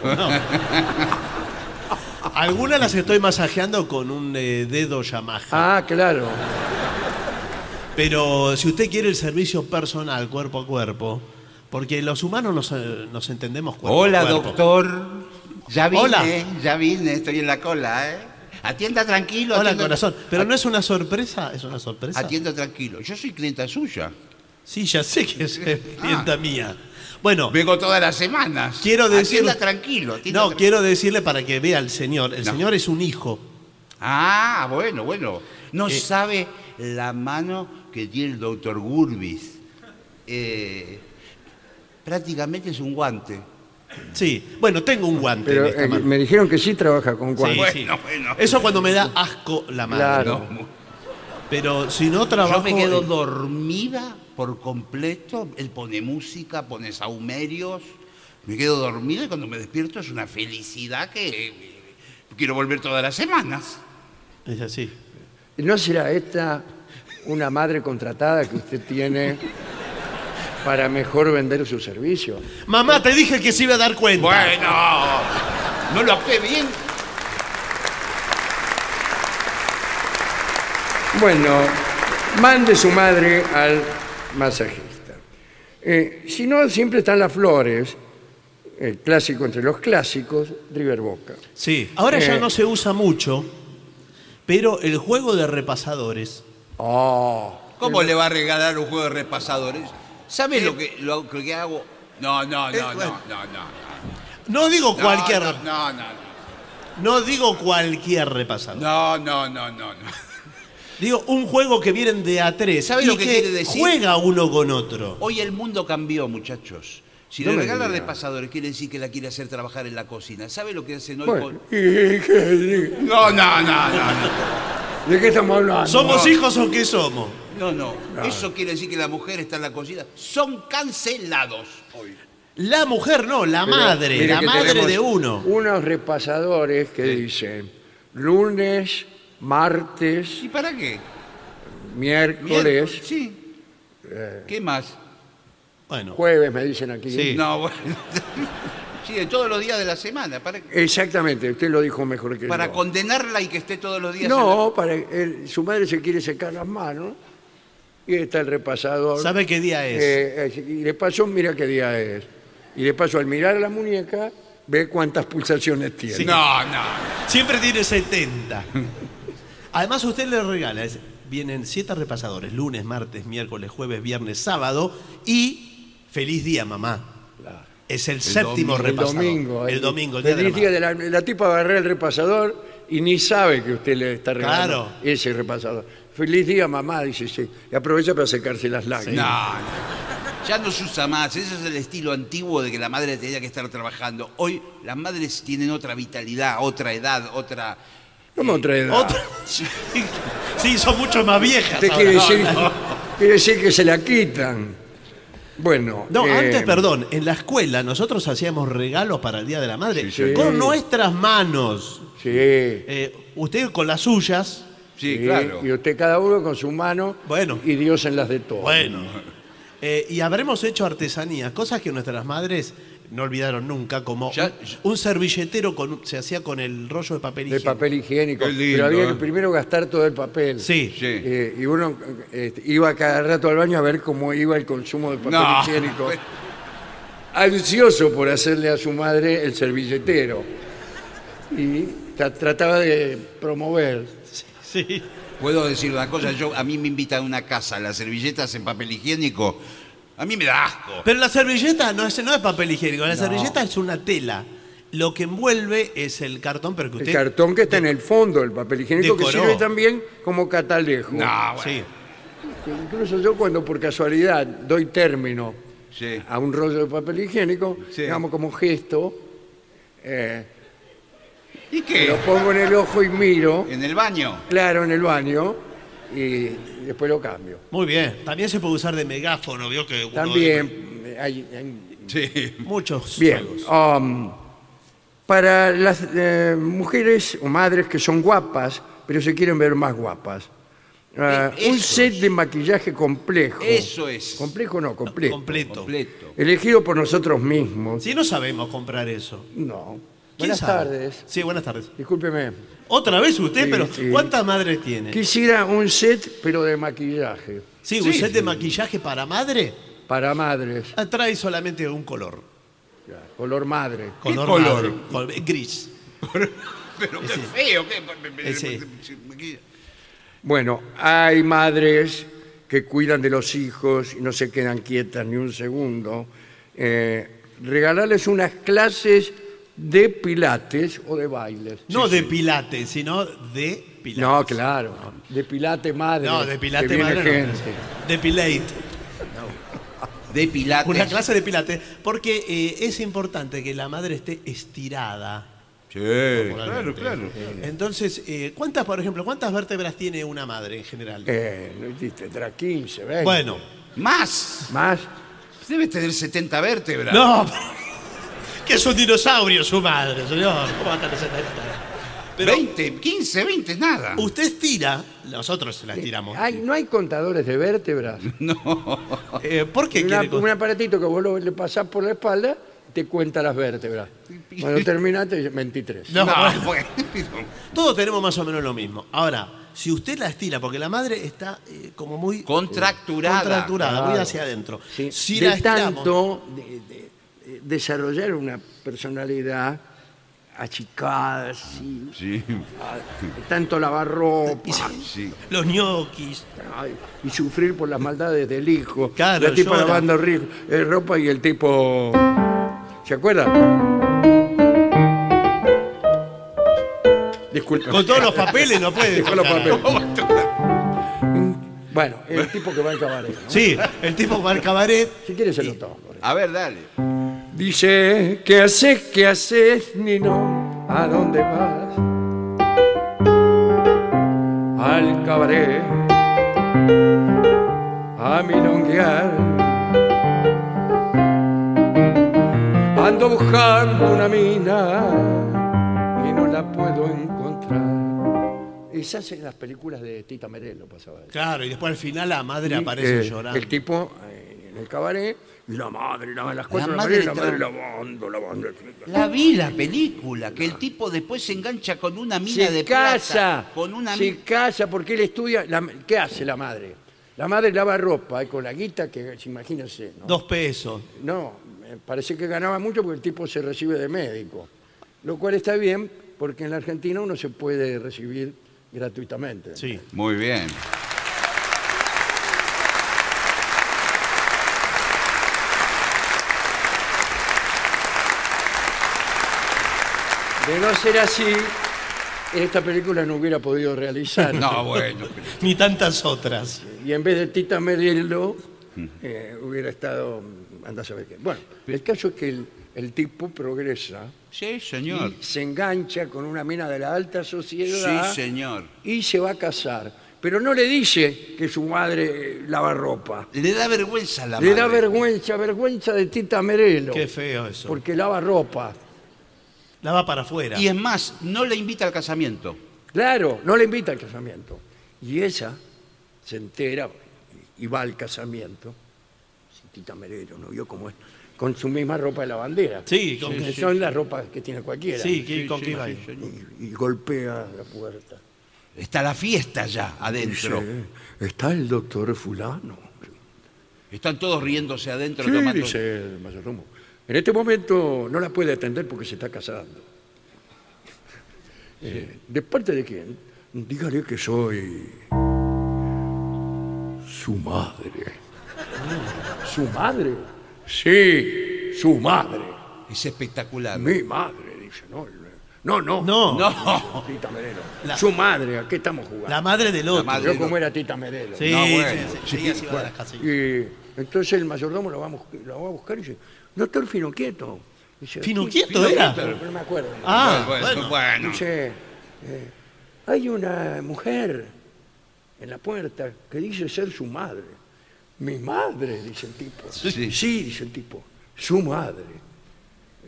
S2: algunas las estoy masajeando con un eh, dedo Yamaha.
S4: Ah, claro.
S2: Pero si usted quiere el servicio personal, cuerpo a cuerpo, porque los humanos nos, eh, nos entendemos cuerpo
S3: Hola,
S2: a cuerpo.
S3: doctor. Ya vine,
S2: Hola.
S3: ya vine, estoy en la cola, ¿eh? Atienda tranquilo.
S2: Hola,
S3: atienda-
S2: corazón. Pero no es una sorpresa, es una sorpresa.
S3: Atienda tranquilo. Yo soy clienta suya.
S2: Sí, ya sé que es
S3: Ah.
S2: eh, clienta mía. Bueno,
S3: Vengo todas las semanas.
S2: Quiero decir-
S3: Atienda tranquilo. atienda
S2: no,
S3: tranquilo.
S2: quiero decirle para que vea al señor. El
S3: No.
S2: señor es un hijo.
S3: Ah, bueno, bueno. No
S2: Eh.
S3: sabe la mano que tiene el doctor Gurbis. Eh, prácticamente es un guante.
S2: Sí, bueno, tengo un guante.
S4: Pero
S2: en esta
S4: eh,
S2: mano.
S4: me dijeron que sí trabaja con
S2: Sí,
S4: Juan.
S3: Bueno, bueno.
S2: Eso cuando me da asco la mano.
S4: Claro.
S2: Pero si no trabajo...
S3: Yo me quedo
S2: en-
S3: dormida por completo. Él pone música, pone saumerios. Me quedo dormida y cuando me despierto es una felicidad que eh, quiero volver todas las semanas.
S2: Es así.
S4: ¿No será esta una madre contratada que usted tiene para mejor vender su servicio?
S2: Mamá, te dije que se iba a dar cuenta.
S3: Bueno, no lo actué bien.
S4: Bueno, mande su madre al masajista. Eh, si no, siempre están las flores, el clásico entre los clásicos, River Boca.
S2: Sí. Ahora ya
S4: Eh.
S2: no se usa mucho, pero el juego de repasadores...
S4: Oh,
S3: ¿Cómo
S2: Eh,
S3: le va a regalar un juego de repasadores? ¿Sabes lo, que, lo que hago? No, no, no, no,
S2: Eh, bueno.
S3: no, no, no.
S2: No digo
S3: No,
S2: cualquier...
S3: No,
S2: No,
S3: no, no.
S2: digo cualquier repasador.
S3: No, no, no, no. no.
S2: Digo, un juego que vienen de a tres. ¿Sabe
S3: ¿Y
S2: lo
S3: qué
S2: que
S3: quiere decir?
S2: Juega uno con otro.
S3: Hoy el mundo cambió, muchachos. Si
S4: No
S3: le
S4: me
S3: regalan
S4: diga.
S3: repasadores, quiere decir que la quiere hacer trabajar en la cocina. ¿Sabe lo que hacen hoy?
S4: Bueno,
S3: con-
S4: ¿y qué-
S3: No, no, no, no, no.
S4: ¿de qué estamos hablando?
S2: ¿Somos hijos o qué somos?
S3: No, no. Eso quiere decir que la mujer está en la cocina. Son cancelados hoy.
S2: La mujer no, la
S4: Pero,
S2: madre,
S4: mire
S2: la
S4: que
S2: madre
S4: tenemos
S2: de uno.
S4: Unos repasadores que dicen lunes, martes,
S3: ¿Y para qué?
S4: miércoles,
S3: Sí.
S4: Eh.
S3: ¿Qué más?
S2: Bueno,
S4: jueves, me dicen aquí.
S2: Sí.
S3: No, bueno. Sí, de todos los días de la semana. ¿Para, qué?
S4: Exactamente, usted lo dijo mejor que
S3: para
S4: yo.
S3: condenarla y que esté todos los días. en la-
S4: No, para el- su madre se quiere secar las manos y ahí está el repasador.
S2: ¿sabe qué día es?
S4: Eh, eh, y de paso mira qué día es. Y de paso al mirar la muñeca ve cuántas pulsaciones tiene.
S3: No, no.
S2: Siempre tiene 70. Además, usted le regala. es- Vienen siete repasadores: lunes, martes, miércoles, jueves, viernes, sábado. Y feliz día, mamá. Es el, séptimo
S3: domingo.
S4: el
S2: repasador.
S4: domingo.
S2: El
S4: ahí.
S2: domingo, el día
S4: Feliz
S2: de la
S4: día
S2: madre.
S4: de la, la tipa agarré el repasador y ni sabe que usted le está regalando
S2: Claro.
S4: ese repasador. Feliz día, mamá, dice sí. Y aprovecha para secarse las lágrimas.
S3: No, no. Ya no se usa más. Ese es el estilo antiguo de que la madre tenía que estar trabajando. Hoy las madres tienen otra vitalidad, otra edad, otra.
S4: ¿Cómo otra edad?
S2: Otra- Sí, sí, son mucho más viejas.
S4: Usted
S2: ahora.
S4: quiere, decir,
S2: No, no.
S4: quiere decir que se la quitan. Bueno.
S2: No,
S4: eh,
S2: antes, perdón, en la escuela nosotros hacíamos regalos para el Día de la Madre
S4: sí.
S2: con
S4: Sí.
S2: nuestras manos.
S4: Sí.
S2: Eh, usted con las suyas.
S3: Sí,
S4: sí,
S3: claro.
S4: Y usted cada uno con su mano
S2: Bueno.
S4: y Dios en las de todos.
S2: Bueno. Eh, y habremos hecho artesanías, cosas que nuestras madres no olvidaron nunca, como
S3: Ya-
S2: un, un servilletero con, se hacía con el rollo de papel
S4: De
S2: higiénico.
S4: papel higiénico.
S3: Qué lindo,
S4: Pero había que
S3: eh.
S4: primero gastar todo el papel.
S2: Sí.
S3: Sí.
S4: Eh, y uno eh, iba cada rato al baño a ver cómo iba el consumo de papel
S3: No.
S4: higiénico. Ansioso por hacerle a su madre el servilletero. Y tra- trataba de promover.
S2: Sí.
S3: Puedo decir una cosa, yo a mí me invitan a una casa, las servilletas en papel higiénico, a mí me da asco.
S2: Pero la servilleta no es, no es papel higiénico, la servilleta es una tela. Lo que envuelve es el cartón, pero que
S4: El
S2: usted.
S4: cartón que está en el fondo del papel higiénico que
S2: decoró.
S4: sirve también como catalejo.
S3: No, Ah, bueno.
S2: Sí.
S4: Incluso yo cuando por casualidad doy término
S3: Sí.
S4: a un rollo de papel higiénico,
S3: Sí.
S4: digamos como gesto, eh,
S3: ¿Y
S4: lo
S3: qué?
S4: pongo en el ojo y miro,
S3: ¿En el baño?
S4: claro, en el baño, y después lo cambio.
S2: Muy bien. También se puede usar de megáfono, vio que. uno-
S4: También eh, hay... hay-
S3: Sí.
S2: Muchos
S4: bien,
S2: juegos.
S4: um, para las eh, mujeres o madres que son guapas, pero se quieren ver más guapas, ah,
S3: Eh,
S4: un
S3: esos.
S4: set de maquillaje complejo.
S3: Eso es.
S4: Complejo no, complejo.
S2: Completo.
S3: Completo.
S4: Elegido por nosotros mismos.
S2: Si no sabemos comprar eso.
S4: No.
S2: ¿Quién
S4: Buenas
S2: sabe?
S4: tardes.
S2: Sí, buenas tardes.
S4: Discúlpeme.
S2: Otra vez usted,
S4: Sí,
S2: pero
S4: sí.
S2: ¿cuántas madres tiene?
S4: Quisiera un set, pero de maquillaje.
S2: Sí, un set de maquillaje para madre
S4: Para madres.
S2: atrae solamente un color.
S4: Color madre.
S3: ¿Qué color?
S2: madre, col- eh, gris.
S3: Pero qué
S2: Ese.
S3: feo, qué... eh,
S2: Ese.
S4: Bueno, hay madres que cuidan de los hijos y no se quedan quietas ni un segundo. Eh, regalarles unas clases de pilates o de bailes.
S2: No de pilates, sino de pilates.
S4: No, claro. De pilate madre.
S2: No, de
S4: que
S2: pilates
S4: viene
S2: madre. no.
S4: gente.
S2: De pilate.
S3: De pilates.
S2: Una clase de pilates. Porque eh, es importante que la madre esté estirada.
S3: Sí, claro,
S2: naturalmente.
S3: claro.
S2: Entonces, eh, ¿cuántas, por ejemplo, cuántas vértebras tiene una madre en general?
S4: Eh, no existe, tendrá 15, 20.
S2: Bueno.
S3: Más.
S4: Más.
S3: Debe tener 70 vértebras.
S2: No, que es un dinosaurio su madre, señor. ¿Cómo va a tener 70? Pero
S3: 20, 15, 20, nada.
S2: usted estira, nosotros se la estiramos.
S4: Ay, no hay contadores de vértebras.
S2: Eh, ¿Por qué
S4: Una-
S2: quiere con-
S4: un aparatito que vos lo- le pasás por la espalda te cuenta las vértebras. Cuando terminaste, 23.
S2: No,
S3: No,
S2: bueno,
S3: bueno.
S2: Todos tenemos más o menos lo mismo. Ahora, si usted la estira, porque la madre está eh, como muy...
S3: Contracturada.
S2: Contracturada, muy
S4: Claro.
S2: hacia adentro.
S4: Sí,
S2: Si la
S4: de
S2: estiramos...
S4: tanto de- de- de desarrollar una personalidad achicada, así,
S3: Sí,
S4: a- tanto lavar ropa
S2: y se-
S3: sí.
S2: Los ñoquis.
S4: ay, y sufrir por las maldades del hijo.
S2: Claro,
S4: la tipa
S2: llora.
S4: lavando ri- eh, ropa y el tipo... ¿Se acuerda? Disculpa.
S2: Con todos los papeles no puede.
S4: Con los
S2: tocar.
S4: papeles. Bueno, el tipo que va al cabaret. ¿no?
S2: Sí, el tipo va al cabaret.
S4: Si quieres se lo toco.
S3: A ver, dale.
S4: Dice, ¿qué haces, qué haces, Nino? ¿A dónde vas? Al cabaret, a milonguear. Ando buscando una mina y no la puedo encontrar. Esas en las películas de Tita Merelo pasaba eso.
S2: Claro, y después al final la madre
S4: Y
S2: aparece
S4: que
S2: llorando.
S4: El tipo eh, en el cabaret, y la madre, la, las cuatro de la
S3: madre
S4: madre, la
S3: entró-
S4: madre lavando, lavando.
S3: La vi la película, que el tipo después se engancha con una mina
S4: Se
S3: de
S4: casa,
S3: plata, con una
S4: se casa porque él estudia. la- ¿Qué hace la madre? La madre lava ropa eh, con la guita que, imagínense, ¿no?
S2: Dos pesos.
S4: No, eh, parece que ganaba mucho porque el tipo se recibe de médico. Lo cual está bien porque en la Argentina uno se puede recibir gratuitamente.
S2: Sí.
S3: Muy bien.
S4: De no ser así, esta película no hubiera podido realizar.
S3: No, bueno.
S2: Ni tantas otras.
S4: Y en vez de Tita Merelo,
S3: Mm.
S4: eh, hubiera estado, mm, anda a saber qué. Bueno, el caso es que el, el tipo progresa
S3: Sí, señor.
S4: y se engancha con una mina de la alta
S3: Sí,
S4: sociedad
S3: señor.
S4: y se va a casar. Pero no le dice que su madre eh, lava ropa.
S3: Le da vergüenza a la
S4: Le da
S3: madre.
S4: vergüenza, vergüenza de Tita Merelo.
S2: Qué feo eso.
S4: Porque lava ropa.
S2: La va para afuera.
S3: Y es más, no le invita al casamiento.
S4: Claro, no le invita al casamiento. Y ella se entera y va al casamiento. Si Tita Merero no vio cómo es. Con su misma ropa de la bandera.
S2: Sí, con-
S4: que
S2: sí,
S4: son las ropas que tiene cualquiera.
S2: Sí, que- con qué
S3: sí,
S2: va.
S3: sí, señor.
S4: Y, y golpea la puerta.
S3: Está la fiesta ya adentro.
S4: Dice, está el doctor fulano.
S3: Están todos riéndose adentro
S4: Sí,
S3: tomando.
S4: dice el mayordomo. En este momento no la puede atender porque se está casando. Eh, ¿De parte de quién? Dígale que soy su madre. ¿Su madre? Sí, su madre.
S3: Es espectacular.
S4: Mi madre, dice. No, no, no.
S2: No,
S3: No.
S4: Tita Merelo.
S2: La-
S4: Su madre, ¿a qué estamos jugando?
S2: la madre del otro.
S3: madre.
S4: Yo como era Tita Merelo.
S2: Sí,
S3: No,
S2: sí,
S3: bueno.
S2: sí, sí, así va a las casillas.
S4: Y entonces el mayordomo lo va a, bus- lo va a buscar y dice, doctor Finoquieto. Dice,
S2: ¿Finoquieto
S4: "Uy,
S2: era?
S4: Pero no me acuerdo.
S2: Ah,
S3: bueno,
S2: bueno.
S3: bueno.
S4: Dice, eh, hay una mujer en la puerta que dice ser su madre. Mi madre, dice el tipo.
S3: Sí.
S4: Sí, dice el tipo, su madre.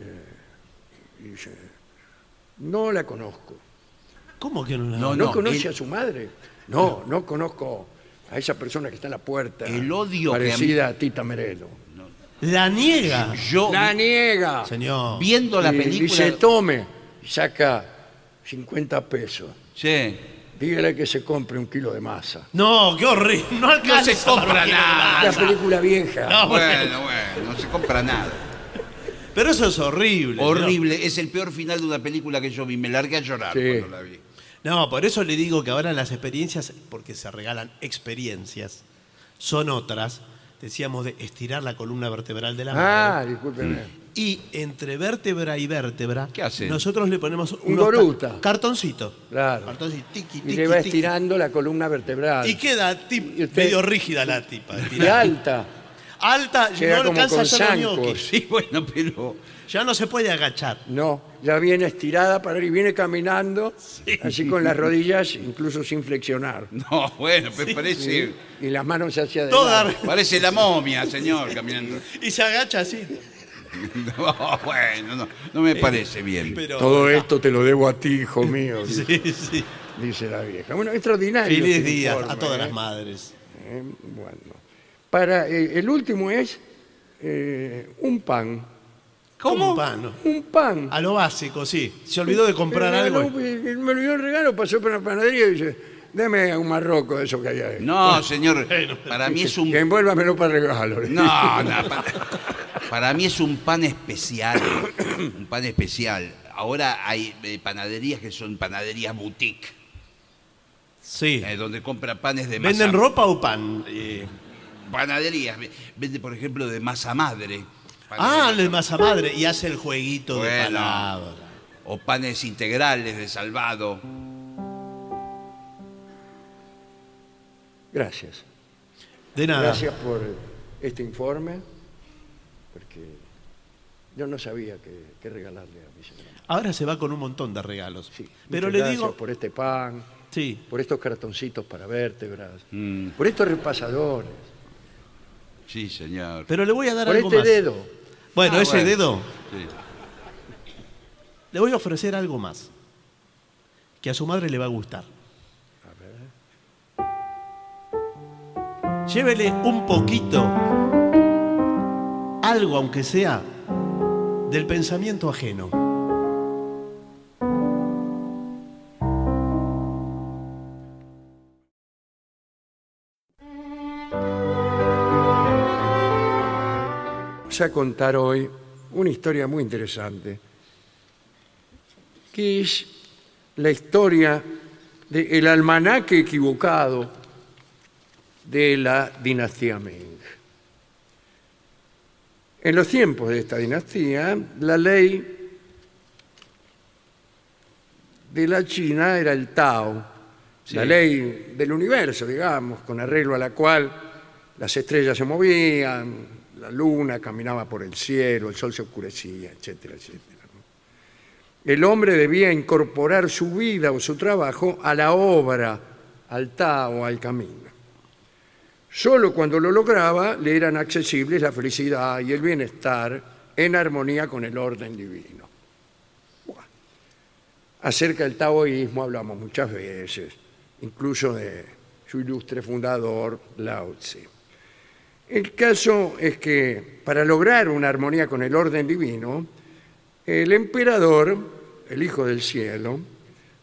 S4: Eh, y dice, no la conozco.
S2: ¿Cómo que no la
S3: No,
S4: ¿No,
S3: no, él-
S4: conoce a su madre? No, no conozco a esa persona que está en la puerta.
S3: El odio que a mí-
S4: Parecida a, Tita Merelo.
S2: La niega.
S3: Yo,
S4: ¡La niega!
S2: Señor.
S3: viendo la
S4: Y
S3: película.
S4: Eh, Dice, tome. Y saca 50 pesos.
S3: Sí.
S4: Dígale que se compre un kilo de masa.
S2: No, qué horrible. No alcanza
S3: se
S2: para
S3: compra
S2: lo que
S3: nada.
S4: La
S2: alcanza.
S4: película vieja.
S2: Ah, No, Ah, bueno.
S3: Bueno, bueno, no se compra nada.
S2: Pero eso es horrible.
S3: Horrible, es el peor final de una película que yo vi. Me largué a llorar
S4: Sí.
S3: cuando la vi.
S2: No, No, por eso le digo que ahora las experiencias, porque se regalan experiencias, son otras. Decíamos de estirar la columna vertebral de la
S4: Ah,
S2: madre.
S4: discúlpeme.
S2: Y entre vértebra y vértebra,
S3: ¿Qué hace?
S2: nosotros le ponemos un
S4: goruta.
S2: Cartoncito.
S4: Claro.
S2: Cartoncito, tiqui,
S4: Y
S2: tiqui,
S4: le va
S2: tiqui.
S4: estirando la columna vertebral.
S2: Y queda tip-
S4: Y usted-
S2: medio rígida la tipa.
S4: Y
S2: estirada.
S4: alta.
S2: Alta,
S4: Queda
S2: no
S4: como
S2: alcanza
S4: con
S2: ya los
S4: zancos.
S2: ñoquis.
S3: Sí, bueno, pero.
S2: Ya no se puede agachar.
S4: No, ya viene estirada para y viene caminando, así con las rodillas, incluso sin flexionar.
S3: No, bueno, pues parece.
S4: Y las manos hacia adelante.
S2: Toda,
S3: Parece la momia, señor, caminando.
S2: y se agacha así.
S3: No, bueno, no, no me parece bien.
S2: Pero,
S4: Todo esto te lo debo a ti, hijo mío, dice,
S2: sí, sí.
S4: dice la vieja. Bueno, extraordinario.
S2: Feliz
S4: este
S2: día a
S4: informe,
S2: todas
S4: ¿eh?
S2: las madres.
S4: Eh, Bueno. Para, eh, el último es eh, un pan.
S2: Un pan, ¿no?
S4: Un pan.
S2: A lo básico, sí. Se olvidó de comprar
S4: Eh,
S2: algo.
S4: no, pues, me olvidó el regalo, pasó por la panadería y dice, deme un marroco de eso que hay ahí.
S3: No, señor, para mí es un.
S4: Envuélvamelo para regalo. le dice.
S3: No, no, para, para mí es un pan especial. Un pan especial. Ahora hay eh, panaderías que son panaderías boutique,
S2: Sí.
S3: eh, donde compra panes de masa.
S2: ¿Venden ropa o pan? Eh,
S3: Panaderías. ve- Vende, por ejemplo, de masa madre. Panes de
S2: ah,
S3: masa-
S2: el masa madre. Y hace el jueguito de
S3: Bueno.
S2: palabra.
S3: O panes integrales de salvado.
S4: Gracias.
S2: De nada.
S4: Gracias por este informe, porque yo no sabía qué qué regalarle a mis hermanos.
S2: Ahora se va con un montón de regalos.
S4: Sí,
S2: Pero
S4: muchas
S2: le
S4: gracias
S2: digo.
S4: por este pan,
S2: Sí.
S4: por estos cartoncitos para vértebras,
S3: Mm.
S4: por estos repasadores,
S3: Sí, señor.
S2: Pero le voy a dar
S4: por
S2: algo
S4: este
S2: más.
S4: dedo.
S2: Bueno,
S3: Ah,
S2: ese
S3: bueno.
S2: dedo.
S3: Sí.
S2: Le voy a ofrecer algo más. Que a su madre le va a gustar.
S4: A ver.
S2: Llévele un poquito. Algo, aunque sea. Del pensamiento ajeno.
S4: Vamos a contar hoy una historia muy interesante, que es la historia del el almanaque equivocado de la dinastía Ming. En los tiempos de esta dinastía, la ley de la China era el Tao, la ley del universo, digamos, con arreglo a la cual las estrellas se movían, la luna caminaba por el cielo, el sol se oscurecía, etcétera, etcétera. ¿no? El hombre debía incorporar su vida o su trabajo a la obra, al Tao, al camino. Solo cuando lo lograba le eran accesibles la felicidad y el bienestar en armonía con el orden divino. Buah. Acerca del taoísmo hablamos muchas veces, incluso de su ilustre fundador, Lao Tse. El caso es que para lograr una armonía con el orden divino, el emperador, el hijo del cielo,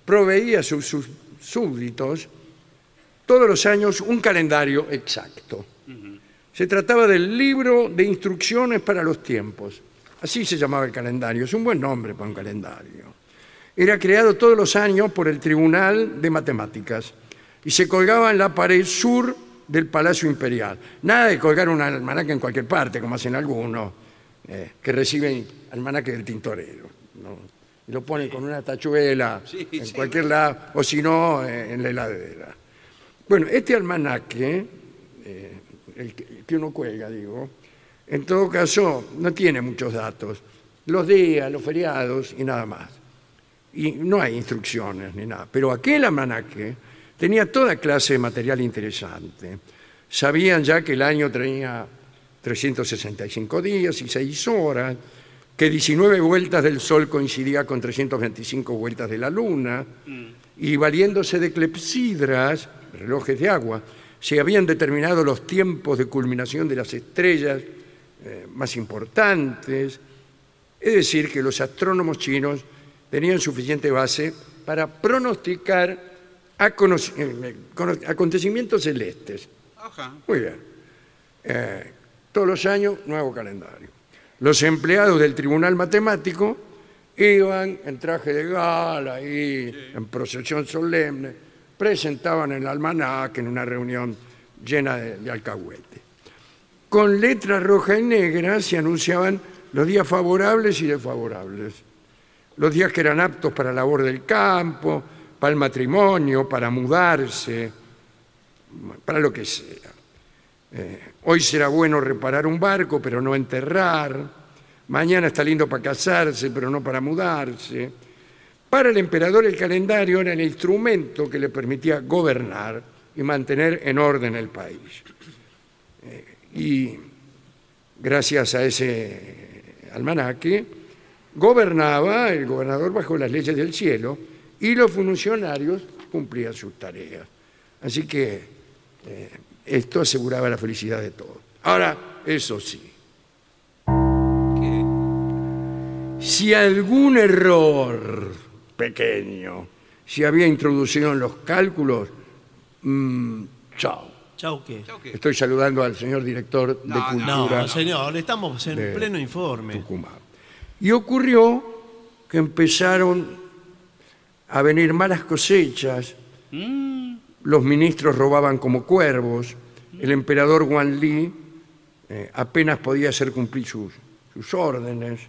S4: proveía a sus sus súbditos todos los años un calendario exacto. Se trataba del libro de instrucciones para los tiempos. Así se llamaba el calendario. Es un buen nombre para un calendario. Era creado todos los años por el Tribunal de Matemáticas y se colgaba en la pared sur del Palacio Imperial. Nada de colgar un almanaque en cualquier parte, como hacen algunos eh, que reciben almanaque del tintorero. ¿no? Y lo ponen con una tachuela
S3: Sí,
S4: en
S3: sí.
S4: cualquier lado, o si no, eh, en la heladera. Bueno, este almanaque, eh, el que el que uno cuelga, digo, en todo caso no tiene muchos datos. Los días, los feriados y nada más. Y no hay instrucciones ni nada. Pero aquel almanaque tenía toda clase de material interesante. Sabían ya que el año tenía 365 días y 6 horas, que 19 vueltas del Sol coincidía con 325 vueltas de la Luna, y valiéndose de clepsidras, relojes de agua, se habían determinado los tiempos de culminación de las estrellas eh, más importantes. Es decir, que los astrónomos chinos tenían suficiente base para pronosticar acono- eh, eh, cono- acontecimientos celestes.
S3: Ajá.
S4: Muy bien. Eh, todos los años, nuevo calendario. Los empleados del Tribunal Matemático iban en traje de gala y en procesión solemne, presentaban el almanaque en una reunión llena de, de alcahuete. Con letras rojas y negras se anunciaban los días favorables y desfavorables. Los días que eran aptos para la labor del campo, para el matrimonio, para mudarse, para lo que sea. Eh, hoy será bueno reparar un barco, pero no enterrar. Mañana está lindo para casarse, pero no para mudarse. Para el emperador el calendario era el instrumento que le permitía gobernar y mantener en orden el país. Eh, y gracias a ese almanaque, gobernaba el gobernador bajo las leyes del cielo y los funcionarios cumplían sus tareas. Así que eh, esto aseguraba la felicidad de todos. Ahora, eso sí, si algún error pequeño se había introducido en los cálculos, mm, chao.
S2: Chau, ¿qué?
S3: Creo que-
S4: Estoy saludando al señor director de
S3: No, no,
S4: Cultura.
S2: No, señor, estamos en
S4: de
S2: pleno informe.
S4: Tucumán. Y ocurrió que empezaron a venir malas cosechas, los ministros robaban como cuervos, el emperador Wan Li eh, apenas podía hacer cumplir sus, sus órdenes,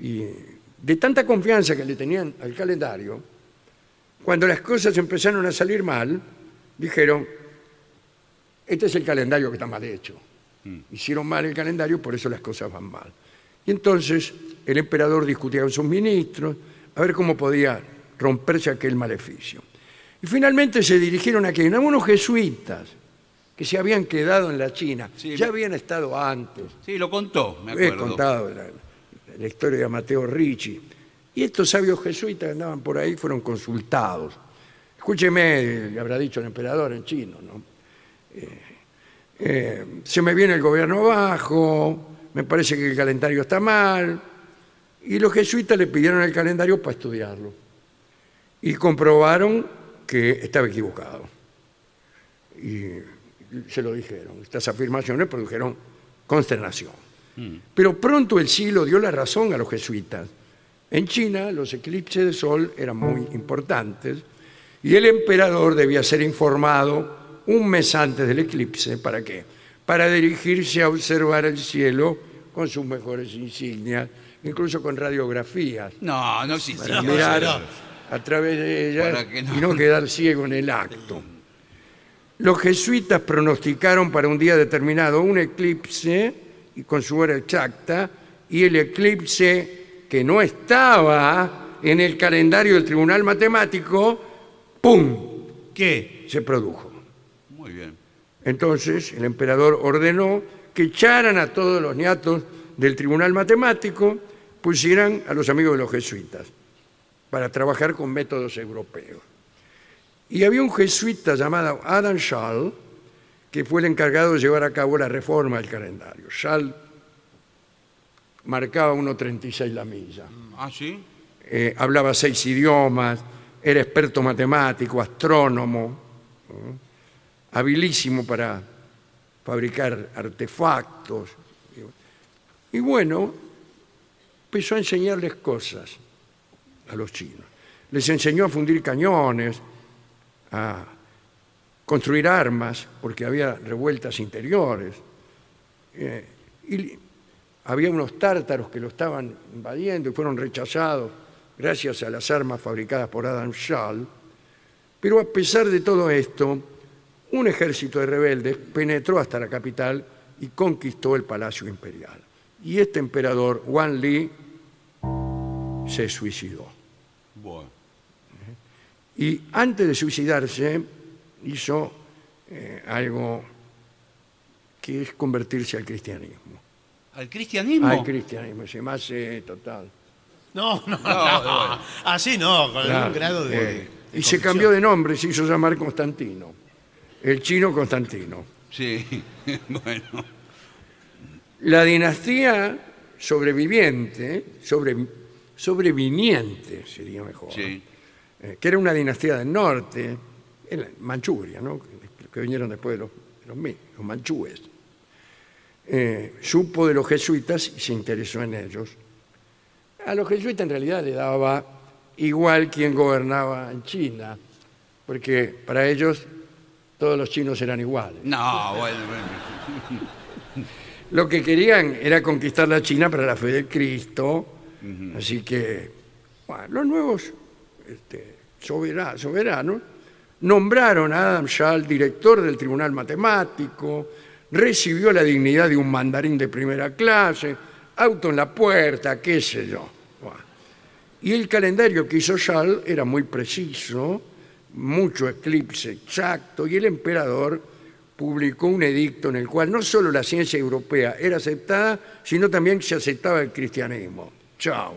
S4: y de tanta confianza que le tenían al calendario, cuando las cosas empezaron a salir mal, dijeron, Este es el calendario que está mal hecho.
S3: Mm.
S4: Hicieron mal el calendario, por eso las cosas van mal. Y entonces el emperador discutía con sus ministros a ver cómo podía romperse aquel maleficio. Y finalmente se dirigieron a quien, a unos jesuitas que se habían quedado en la China.
S3: Sí,
S4: ya
S3: me-
S4: habían estado antes.
S3: Sí, lo contó, me
S4: He
S3: acuerdo.
S4: contado la, la historia de Mateo Ricci. Y estos sabios jesuitas que andaban por ahí fueron consultados. Escúcheme, le habrá dicho el emperador en chino, ¿no? Eh, eh, se me viene el gobierno abajo, me parece que el calendario está mal. Y los jesuitas le pidieron el calendario para estudiarlo. Y comprobaron que estaba equivocado. Y se lo dijeron. Estas afirmaciones produjeron consternación. Pero pronto el siglo dio la razón a los jesuitas. En China los eclipses de sol eran muy importantes y el emperador debía ser informado un mes antes del eclipse. ¿Para qué? Para dirigirse a observar el cielo con sus mejores insignias, incluso con radiografías,
S3: No, no existe.
S4: para
S3: No,
S4: mirar
S3: señor.
S4: a través de ellas
S3: Para que no-
S4: y no quedar ciego en el acto. Los jesuitas pronosticaron para un día determinado un eclipse y con su hora exacta y el eclipse que no estaba en el calendario del Tribunal Matemático, ¡pum!,
S2: ¿Qué?
S4: se produjo.
S3: Muy bien.
S4: Entonces el emperador ordenó que echaran a todos los niatos del Tribunal Matemático, pusieran a los amigos de los jesuitas para trabajar con métodos europeos. Y había un jesuita llamado Adam Schall, que fue el encargado de llevar a cabo la reforma del calendario. Schall marcaba 1.36 la milla
S3: Ah, sí.
S4: eh, hablaba seis idiomas, era experto matemático, astrónomo, ¿no? habilísimo para fabricar artefactos. Y bueno, empezó a enseñarles cosas a los chinos. Les enseñó a fundir cañones, a construir armas, porque había revueltas interiores. Eh, y había unos tártaros que lo estaban invadiendo y fueron rechazados gracias a las armas fabricadas por Adam Schall. Pero a pesar de todo esto, un ejército de rebeldes penetró hasta la capital y conquistó el palacio imperial. Y este emperador, Wan Li, se suicidó.
S3: Bueno.
S4: Y antes de suicidarse, hizo eh, algo que es convertirse al cristianismo.
S3: ¿Al cristianismo?
S4: Al cristianismo, se me hace total.
S2: No, no, no.
S3: bueno.
S2: Así no, con
S4: Claro,
S2: algún grado de.
S4: eh,
S2: de
S4: y se
S2: convicción.
S4: cambió de nombre, se hizo llamar Constantino. El chino Constantino.
S3: Sí. bueno.
S4: La dinastía sobreviviente, sobre, sobreviniente sería mejor,
S3: Sí.
S4: eh, que era una dinastía del norte, en la- Manchuria, ¿no? que, que vinieron después de los, de los, mi- los manchúes, eh, supo de los jesuitas y se interesó en ellos. A los jesuitas en realidad le daba igual quien gobernaba en China, porque para ellos todos los chinos eran iguales.
S3: No, bueno, bueno.
S4: Lo que querían era conquistar la China para la fe de Cristo. Así que bueno, los nuevos este, sobera- soberanos nombraron a Adam Schall director del Tribunal Matemático, recibió la dignidad de un mandarín de primera clase, auto en la puerta, qué sé yo. Bueno. Y el calendario que hizo Schall era muy preciso, mucho eclipse exacto, y el emperador publicó un edicto en el cual no solo la ciencia europea era aceptada, sino también se aceptaba el cristianismo. Chao.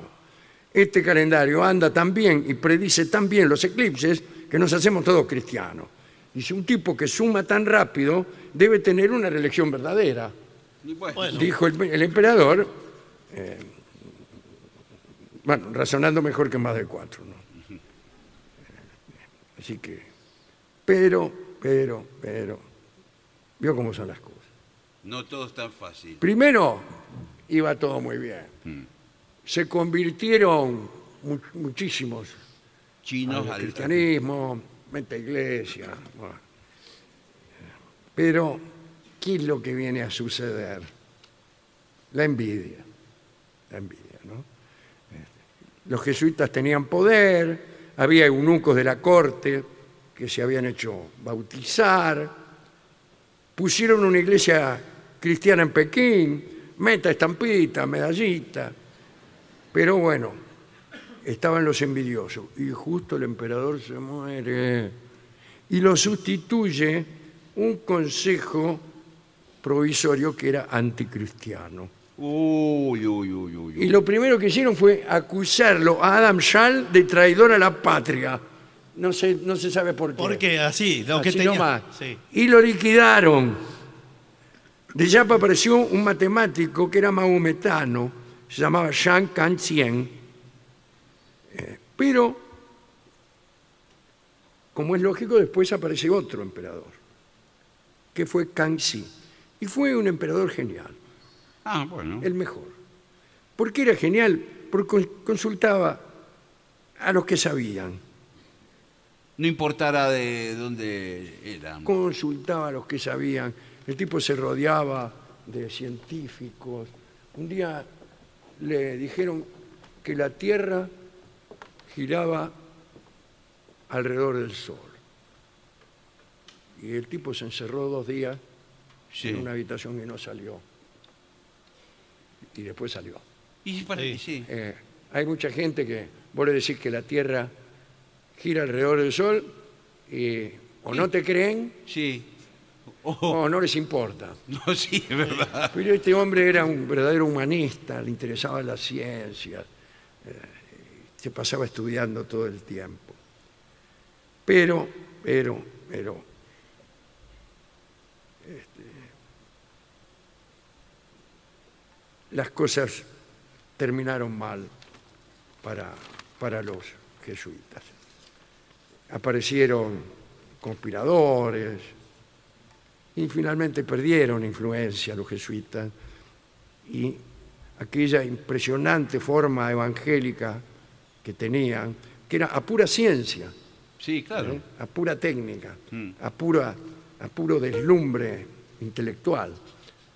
S4: Este calendario anda tan bien y predice tan bien los eclipses que nos hacemos todos cristianos. Dice, un tipo que suma tan rápido debe tener una religión verdadera
S3: Y bueno.
S2: Bueno.
S4: dijo el, el emperador, eh, bueno, razonando mejor que más de cuatro, ¿no? Eh, Así que, pero, pero, pero, vio cómo son las cosas.
S3: No todo es tan fácil.
S4: Primero, iba todo muy bien. Se convirtieron mu- muchísimos
S3: Chinos
S4: al
S3: al
S4: cristianismo, mete iglesia. bueno. Pero, ¿qué es lo que viene a suceder? La envidia. La envidia, ¿no? Este, Los jesuitas tenían poder, había eunucos de la corte que se habían hecho bautizar, pusieron una iglesia cristiana en Pekín, meta, estampita, medallita. Pero bueno, estaban los envidiosos. Y justo el emperador se muere. Y lo sustituye un consejo provisorio que era anticristiano.
S3: Uy, uy, uy, uy. uy.
S4: Y lo primero que hicieron fue acusarlo a Adam Schall de traidor a la patria. No se, no se sabe por qué.
S2: Porque así, lo que
S4: Así
S2: tenía.
S4: nomás.
S2: Ah, Sí.
S4: Y lo liquidaron. De Yapa apareció un matemático que era maometano, se llamaba Shang Kang-Chien. Eh, pero, como es lógico, después aparece otro emperador, que fue Kangxi. Y fue un emperador genial
S3: Ah, bueno.
S4: el mejor. ¿Por qué era genial? Porque cons- consultaba a los que sabían,
S3: No importara de dónde eran.
S4: consultaba a los que sabían. El tipo se rodeaba de científicos. Un día le dijeron que la Tierra giraba alrededor del Sol. Y el tipo se encerró dos días
S3: Sí.
S4: en una habitación y no salió. Y después salió.
S3: Y para
S2: Sí.
S3: sí.
S4: Eh, hay mucha gente que vos le decís que la Tierra gira alrededor del Sol y o no te creen
S3: Sí. Oh,
S4: o no les importa.
S3: no, sí, es verdad.
S4: Pero este hombre era un verdadero humanista, le interesaba la ciencia, eh, se pasaba estudiando todo el tiempo. Pero, pero, pero, este, las cosas terminaron mal para, para los jesuitas. Aparecieron conspiradores, y finalmente perdieron influencia los jesuitas y aquella impresionante forma evangélica que tenían, que era a pura ciencia,
S3: Sí, claro.
S4: ¿eh? a pura técnica,
S3: Mm.
S4: a, pura, a puro deslumbre intelectual.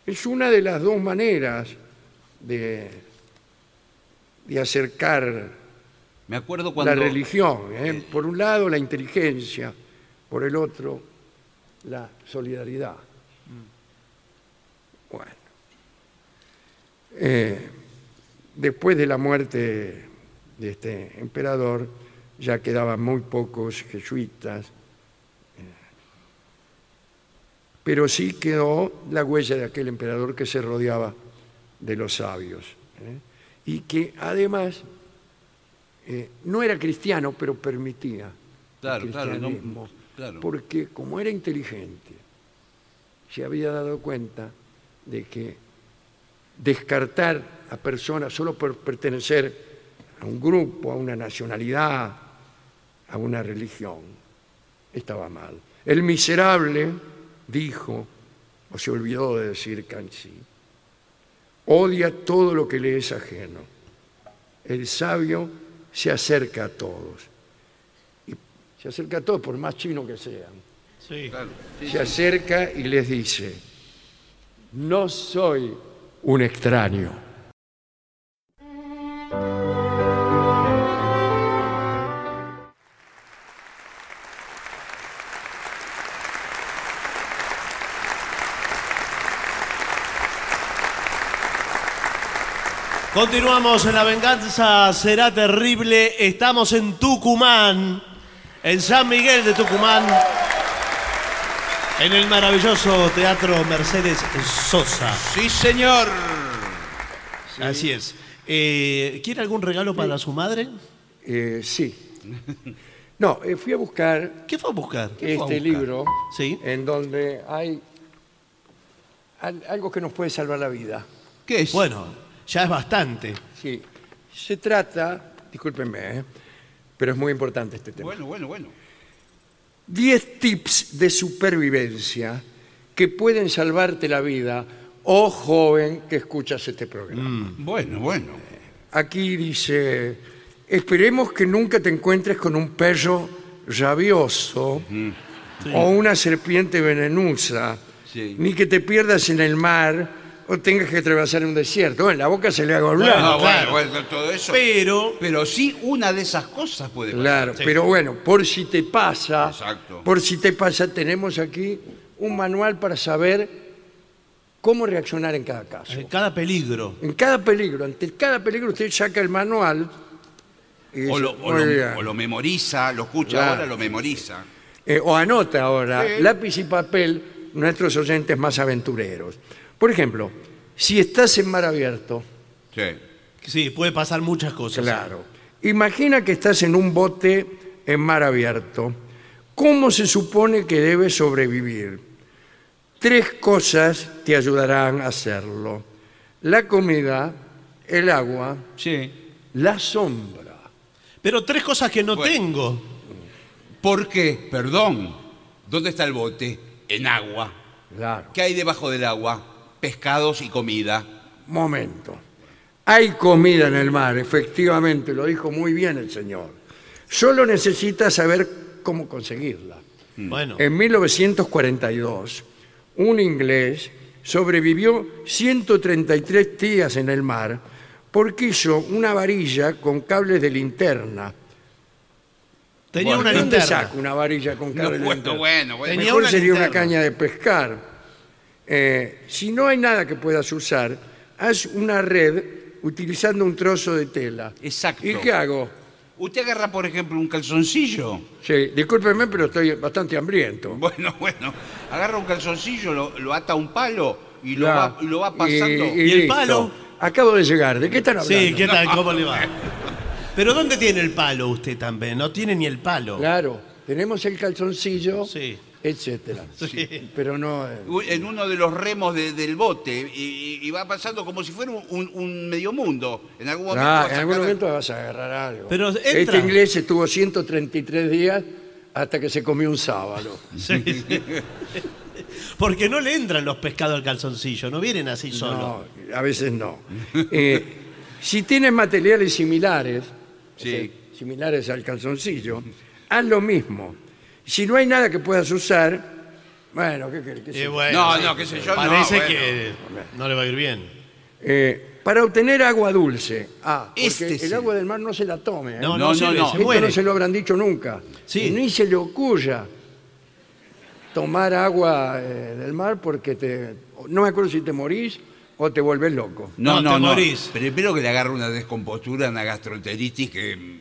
S4: Es una de las dos maneras de, de acercar
S3: Me acuerdo cuando.
S4: la religión. ¿eh? Por un lado la inteligencia, por el otro la solidaridad. Bueno. Eh, después de la muerte de este emperador, ya quedaban muy pocos jesuitas, eh, pero sí quedó la huella de aquel emperador que se rodeaba de los sabios ¿eh? y que además eh, no era cristiano, pero permitía el
S3: Claro, claro, no-
S4: cristianismo,
S3: claro.
S4: porque como era inteligente, se había dado cuenta de que descartar a personas solo por pertenecer a un grupo, a una nacionalidad, a una religión, estaba mal. El miserable dijo, o se olvidó de decir Kanchi, odia todo lo que le es ajeno. El sabio se acerca a todos. Y se acerca a todos por más chino que sean
S2: Sí.
S3: Claro, sí,
S4: se acerca y les dice, no soy un extraño.
S2: Continuamos en La Venganza Será Terrible. Estamos en Tucumán, en San Miguel de Tucumán, en el maravilloso Teatro Mercedes Sosa.
S3: Sí, señor.
S2: Así es. Eh, ¿Quiere algún regalo para su madre?
S4: Eh, sí. No, eh, fui a buscar
S2: ¿Qué fue a buscar?
S4: este
S2: ¿Qué fue a buscar?
S4: libro
S2: Sí.
S4: en donde hay al- algo que nos puede salvar la vida.
S3: ¿Qué es?
S2: Bueno, ya es bastante.
S4: Sí. Se trata, discúlpenme, eh, pero es muy importante este tema.
S3: bueno, bueno, bueno.
S4: 10 tips de supervivencia que pueden salvarte la vida, oh joven que escuchas este programa.
S3: Mm. Bueno, bueno.
S4: Aquí dice, esperemos que nunca te encuentres con un perro rabioso o una serpiente venenosa,
S3: Sí.
S4: ni que te pierdas en el mar o tengas que atravesar un desierto. En la boca se le haga hablar.
S3: No,
S2: claro.
S3: bueno, bueno, todo eso.
S2: Pero
S3: Pero sí, una de esas cosas puede pasar.
S4: Claro, pero bueno, por si te pasa,
S3: Exacto.
S4: por si te pasa, tenemos aquí un manual para saber cómo reaccionar en cada caso.
S2: Eh, Cada peligro.
S4: En cada peligro, ante cada peligro usted saca el manual. y
S3: O
S4: dice,
S3: lo, o
S4: "Muy
S3: lo-
S4: bien".
S3: o lo memoriza, lo escucha
S4: Claro.
S3: ahora, lo memoriza.
S4: Eh, o anota ahora, lápiz y papel, nuestros oyentes más aventureros. Por ejemplo, si estás en mar abierto,
S3: Sí.
S2: Sí, puede pasar muchas cosas.
S4: claro, imagina que estás en un bote en mar abierto. ¿Cómo se supone que debes sobrevivir? Tres cosas te ayudarán a hacerlo. La comida, el agua,
S2: Sí.
S4: la sombra.
S2: Pero tres cosas que no
S3: Bueno.
S2: tengo.
S3: Porque, perdón, ¿dónde está el bote? En agua.
S4: Claro.
S3: ¿Qué hay debajo del agua? Pescados y comida.
S4: Momento. Hay comida en el mar, efectivamente, lo dijo muy bien el señor. Solo necesita saber cómo conseguirla.
S2: Bueno.
S4: En 1942, un inglés sobrevivió 133 días en el mar porque hizo una varilla con cables de linterna.
S2: Tenía
S3: bueno,
S2: una
S4: ¿Dónde
S2: linterna.
S4: saco una varilla con
S3: No,
S4: cables de
S3: bueno,
S4: linterna?
S3: bueno, bueno.
S2: Tenía
S4: Mejor
S2: una
S4: sería una
S2: linterna.
S4: caña de pescar. Eh, si no hay nada que puedas usar, haz una red utilizando un trozo de tela.
S3: Exacto.
S4: ¿Y qué hago?
S3: ¿Usted agarra, por ejemplo, un calzoncillo?
S4: Sí, discúlpeme, pero estoy bastante hambriento.
S3: Bueno, bueno. Agarra un calzoncillo, lo, lo ata a un palo y lo,
S4: Ya.
S3: va, y lo va pasando.
S2: ¿Y el
S4: listo.
S2: palo?
S4: Acabo de llegar. ¿De qué están hablando?
S2: Sí, ¿qué tal? ¿Cómo le va? Pero ¿dónde tiene el palo usted también? No tiene ni el palo.
S4: Claro, tenemos el calzoncillo,
S2: Sí.
S4: etcétera.
S2: Sí. Uh,
S4: Pero no... eh,
S3: u- En uno de los remos de- del bote y, y va pasando como si fuera un, un- un medio mundo. En algún momento. va
S4: Ah,
S3: a
S4: en
S3: sacar-
S4: algún momento vas a agarrar algo.
S2: Pero
S4: Este
S2: entra.
S4: inglés estuvo 133 días hasta que se comió un sábado.
S2: Sí, sí. Porque no le entran los pescados al calzoncillo, no vienen así solos.
S4: No, a veces no. Eh, si tienes materiales similares,
S3: Sí.
S4: o sea, similares al calzoncillo, haz lo mismo. Si no hay nada que puedas usar, bueno, ¿qué querés que
S2: Eh,
S4: sea?
S2: bueno,
S3: No,
S2: sí,
S3: no, qué sé yo, no,
S2: Parece
S3: bueno.
S2: que no le va a ir bien.
S4: Eh, para obtener agua dulce. Ah, porque
S3: Este
S4: el
S3: sí.
S4: agua del mar no se la tome. ¿eh?
S2: No, no,
S3: No, no,
S2: sirve,
S3: no.
S2: se
S4: Esto
S2: muere.
S4: no se lo habrán dicho nunca.
S2: Sí.
S4: Ni se le ocurra tomar agua eh, del mar porque te, no me acuerdo si te morís o te volvés loco.
S3: No,
S2: No,
S3: no,
S2: te
S3: no.
S2: morís.
S3: Primero que le agarra una descompostura, una gastroenteritis que. mm,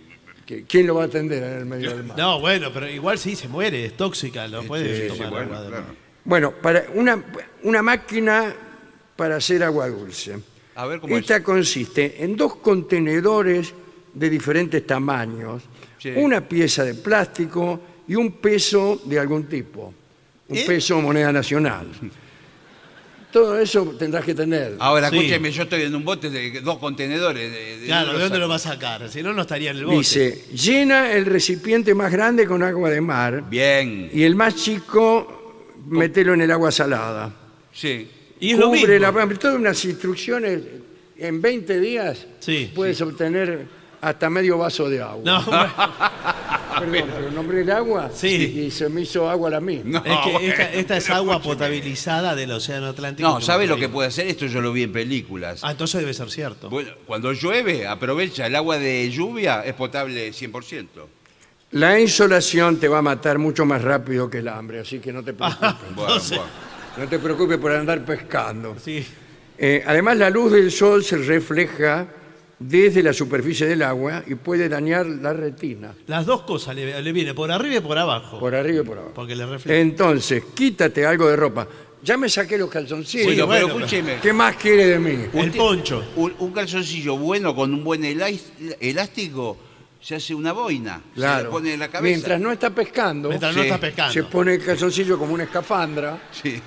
S4: ¿Qui- ¿Quién lo va a atender en el medio del mar?
S2: No, bueno, pero igual sí se muere, es tóxica, no puede
S3: Sí,
S2: tomar
S3: sí, bueno,
S2: agua de
S3: claro.
S2: mar.
S4: Bueno, para una, una máquina para hacer agua dulce.
S3: A ver cómo
S4: Esta
S3: es.
S4: consiste en dos contenedores de diferentes tamaños,
S3: Sí.
S4: una pieza de plástico y un peso de algún tipo, un
S2: ¿Eh?
S4: peso o moneda nacional. Todo eso tendrás que tener.
S3: Ahora,
S2: Sí.
S3: escúcheme, yo estoy en un bote de dos contenedores. De, de-
S2: Claro, ¿de dónde lo
S3: saco?
S2: va a sacar? Si no, no estaría en el bote.
S4: Dice, llena el recipiente más grande con agua de mar
S3: Bien.
S4: y el más chico, mételo en el agua salada.
S3: Sí.
S2: y es lo mismo.
S4: cubre la pampa. Todas unas instrucciones en 20 días
S2: Sí,
S4: puedes obtener hasta medio vaso de agua.
S2: No, bueno,
S4: Perdón, pero nombré el agua
S2: Sí.
S4: y se me hizo agua la misma.
S3: No,
S2: es que
S3: bueno.
S2: esta, esta es agua potabilizada del Océano Atlántico.
S3: No, ¿sabe lo
S2: me
S3: que
S2: reí.
S3: puede hacer? Esto yo lo vi en películas.
S2: Ah, entonces debe ser cierto.
S3: Bueno, cuando llueve, aprovecha el agua de lluvia, es potable 100%.
S4: La insolación te va a matar mucho más rápido que el hambre, así que no te preocupes.
S3: Bueno,
S2: Entonces-
S3: bueno.
S4: no te preocupes por andar pescando.
S2: Sí.
S4: Eh, además, la luz del sol se refleja desde la superficie del agua y puede dañar la retina,
S2: Las dos cosas le, le viene, por arriba y por abajo.
S4: por arriba y por abajo.
S2: Porque le refleja.
S4: Entonces, quítate algo de ropa. Ya me saqué los
S3: Bueno,
S4: calzoncillos.
S3: pero
S2: bueno,
S3: escúcheme.
S4: ¿Qué más quiere de mí?
S2: El
S3: Usted-
S2: poncho.
S3: Un, un calzoncillo bueno con un buen elás- elástico se hace una boina. Se la
S4: Claro.
S3: pone en la cabeza.
S4: Mientras no está pescando,
S2: Mientras no
S3: Sí.
S2: está
S4: se
S2: pescando.
S4: pone el calzoncillo como una escafandra.
S3: Sí.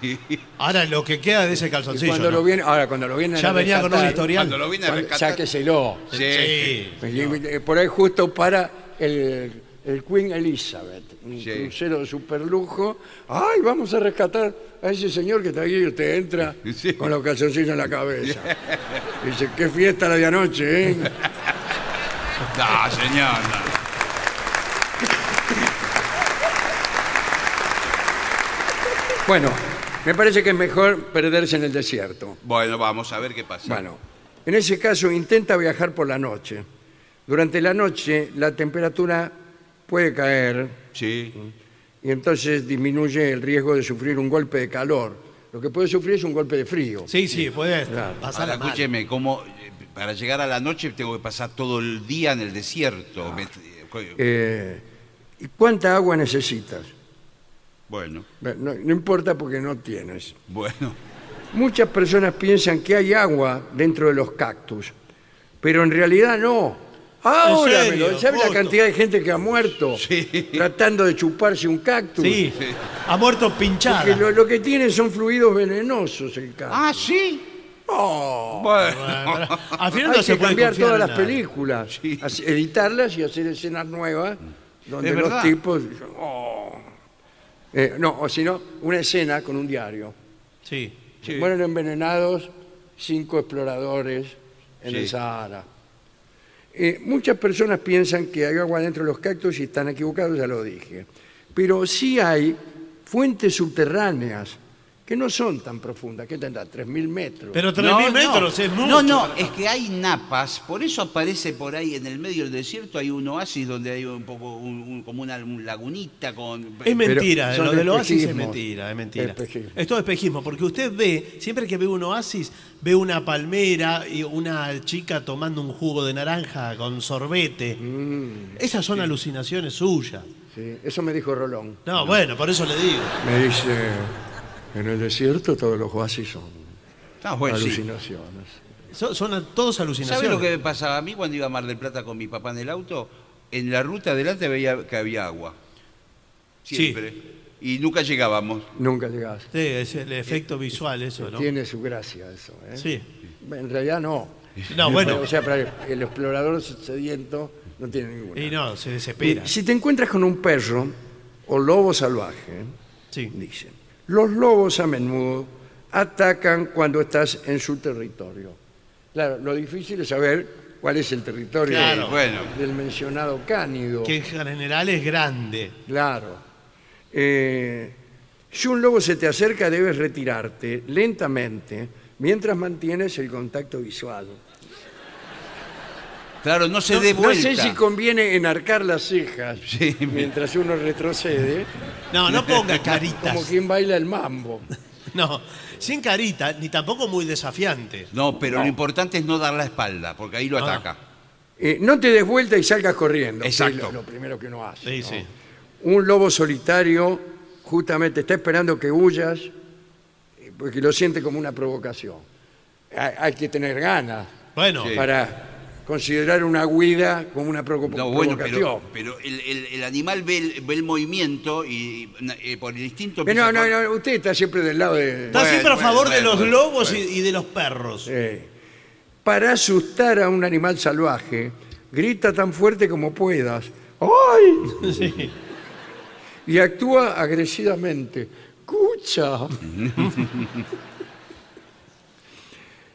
S2: Ahora lo que queda de ese
S4: Y
S2: calzoncillo.
S4: cuando
S2: ¿no?
S4: lo viene, ahora cuando lo vienen
S2: Ya
S4: a
S2: venía con un
S4: rescatar,
S2: historial.
S3: Cuando lo viene a
S4: cuando-
S3: rescatar.
S4: sáqueselo.
S3: Sí.
S2: Sí.
S4: Y, eh, Por ahí justo para el, el Queen Elizabeth, un
S3: Sí.
S4: crucero de superlujo. Ay, vamos a rescatar a ese señor que está ahí y usted entra
S3: Sí.
S4: con los calzoncillos en la cabeza. Dice, qué fiesta la de anoche, ¿eh?
S3: No, señor. no.
S4: Bueno, me parece que es mejor perderse en el desierto.
S3: Bueno, vamos a ver qué pasa.
S4: Bueno, en ese caso intenta viajar por la noche. Durante la noche la temperatura puede caer
S3: Sí.
S4: y entonces disminuye el riesgo de sufrir un golpe de calor. Lo que puede sufrir es un golpe de frío.
S2: Sí, sí, puede
S4: Claro.
S2: pasar
S3: Ahora,
S2: a mal.
S3: escúcheme, como para llegar a la noche tengo que pasar todo el día en el desierto. Me-
S4: Eh, ¿Y cuánta agua necesitas?
S3: bueno,
S4: No, no importa porque no tienes.
S3: bueno.
S4: Muchas personas piensan que hay agua dentro de los cactus, pero en realidad no. Ahora, me lo-
S2: serio?
S4: ¿sabe la
S2: Justo.
S4: cantidad de gente que ha muerto
S3: Sí.
S4: tratando de chuparse un cactus?
S2: Sí, ha muerto pinchada.
S4: Que lo, lo que tiene son fluidos venenosos el cactus.
S3: Ah, sí.
S4: Oh,
S3: Bueno.
S2: Bueno, pero al final
S4: hay
S2: no se
S4: que
S2: puede
S4: cambiar
S2: confiar
S4: todas
S2: en
S4: las
S2: nadie.
S4: películas, hace- editarlas y hacer escenas nuevas donde
S3: Es
S4: los
S3: verdad.
S4: tipos... dicen, "Oh". Eh, no, o si no, una escena con un diario.
S2: Sí.
S4: Mueren envenenados cinco exploradores en
S3: Sí.
S4: el Sahara. Eh, muchas personas piensan que hay agua dentro de los cactus y están equivocados, ya lo dije. Pero sí hay fuentes subterráneas que no son tan profundas, que tendrán 3.000 metros.
S2: Pero 3.000
S3: No,
S2: metros
S3: no.
S2: es mucho.
S3: No, no, es que hay napas, por eso aparece por ahí en el medio del desierto, hay un oasis donde hay un poco, un- un- como una un lagunita con...
S2: Es
S4: Pero
S2: mentira,
S4: son
S2: lo del oasis es
S4: espejismos.
S2: mentira, es mentira.
S4: Espejismo.
S2: Es todo espejismo, porque usted ve, siempre que ve un oasis, ve una palmera y una chica tomando un jugo de naranja con sorbete.
S4: Mm,
S2: Esas son alucinaciones suyas.
S4: Sí, eso me dijo Rolón.
S2: No, bueno, por eso le digo.
S4: Me dice, en el desierto todos los oasis son
S3: Ah, bueno, sí.
S4: alucinaciones.
S2: Son, son todos
S3: ¿Sabe
S2: alucinaciones.
S3: lo que me pasaba a mí cuando iba a Mar del Plata con mi papá en el auto? En la ruta adelante veía que había agua.
S2: Sí.
S3: Siempre. Y nunca llegábamos.
S4: Nunca llegás.
S2: Sí, es el efecto visual eso, ¿no?
S4: Tiene su gracia eso. ¿eh?
S2: Sí.
S4: En realidad no.
S2: No, bueno.
S4: O sea, para el explorador sediento no tiene ninguna.
S2: Y no, se desespera.
S4: Si te encuentras con un perro o lobo salvaje,
S2: Sí.
S4: dicen, los lobos a menudo atacan cuando estás en su territorio. Claro, lo difícil es saber cuál es el territorio
S2: Claro.
S4: del-
S3: Bueno.
S4: del mencionado cánido.
S2: Que en general es grande.
S4: Claro. Eh, si un lobo se te acerca, debes retirarte lentamente mientras mantienes el contacto visual.
S3: Claro, no se
S4: No,
S3: dé
S4: no
S3: vuelta.
S4: sé si conviene enarcar las cejas
S3: Sí.
S4: mientras uno retrocede,
S2: No, no ponga
S4: como
S2: caritas.
S4: quien baila el mambo.
S2: No, sin carita, ni tampoco muy desafiante.
S3: No, pero lo importante es no dar la espalda, porque ahí lo
S2: No, no.
S3: ataca.
S4: Eh, no te des vuelta y salgas corriendo. que
S3: Exacto.
S4: Es lo, lo primero que uno hace.
S2: Sí,
S4: ¿no?
S2: sí.
S4: Un lobo solitario justamente está esperando que huyas eh, porque lo siente como una provocación. Hay, hay que tener ganas
S2: Bueno,
S3: Sí.
S4: para considerar una huida como una provo-
S3: No, bueno,
S4: provocación. Eh,
S3: pero, pero el, el- el animal ve el, ve el movimiento y na- eh, por el instinto...
S4: Eh, no,
S3: empieza
S4: no,
S3: a cor-
S4: no, usted está siempre del lado de...
S2: está
S3: Bueno,
S2: siempre a
S3: bueno,
S2: favor de
S3: bueno,
S2: los
S3: bueno,
S2: lobos
S3: bueno.
S2: Y, y de los perros.
S4: Eh, para asustar a un animal salvaje, grita tan fuerte como puedas. ¡Ay!
S2: Sí.
S4: Y actúa agresivamente. ¡Cucha!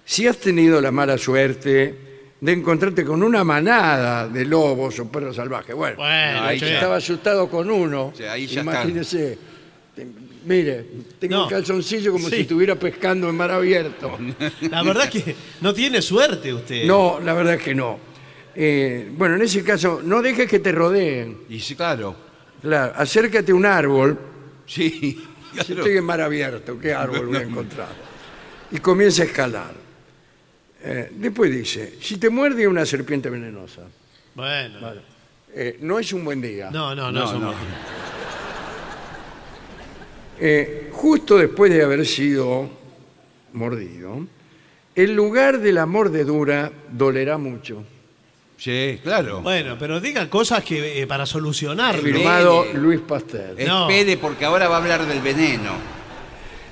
S4: si has tenido la mala suerte de encontrarte con una manada de lobos o perros salvajes, bueno,
S2: Bueno,
S3: ahí
S2: che.
S3: ya
S4: estaba asustado con uno,
S3: Sí, ahí ya
S4: imagínese. Te- Mire, tengo
S2: No.
S4: un calzoncillo como
S2: Sí.
S4: si estuviera pescando en mar abierto.
S2: La verdad que no tiene suerte usted.
S4: No, la verdad es que no. Eh, bueno, en ese caso, no dejes que te rodeen.
S3: Y sí, claro.
S4: Claro, acércate a un árbol.
S3: Sí,
S4: Si
S3: claro.
S4: estoy en mar abierto, ¿qué árbol voy a encontrar? Y comienza a escalar. Eh, después dice, si te muerde una serpiente venenosa,
S2: Bueno.
S4: eh, no es un buen día.
S2: No, no, no,
S3: No,
S2: es un-
S3: no.
S4: Eh, justo después de haber sido mordido, el lugar de la mordedura dolerá mucho.
S3: Sí, claro.
S2: Bueno, pero diga cosas que eh, para solucionarlo.
S3: Sí.
S4: Firmado
S3: Mire.
S4: Luis Pasteur.
S2: no.
S3: Espere, porque ahora va a hablar del veneno.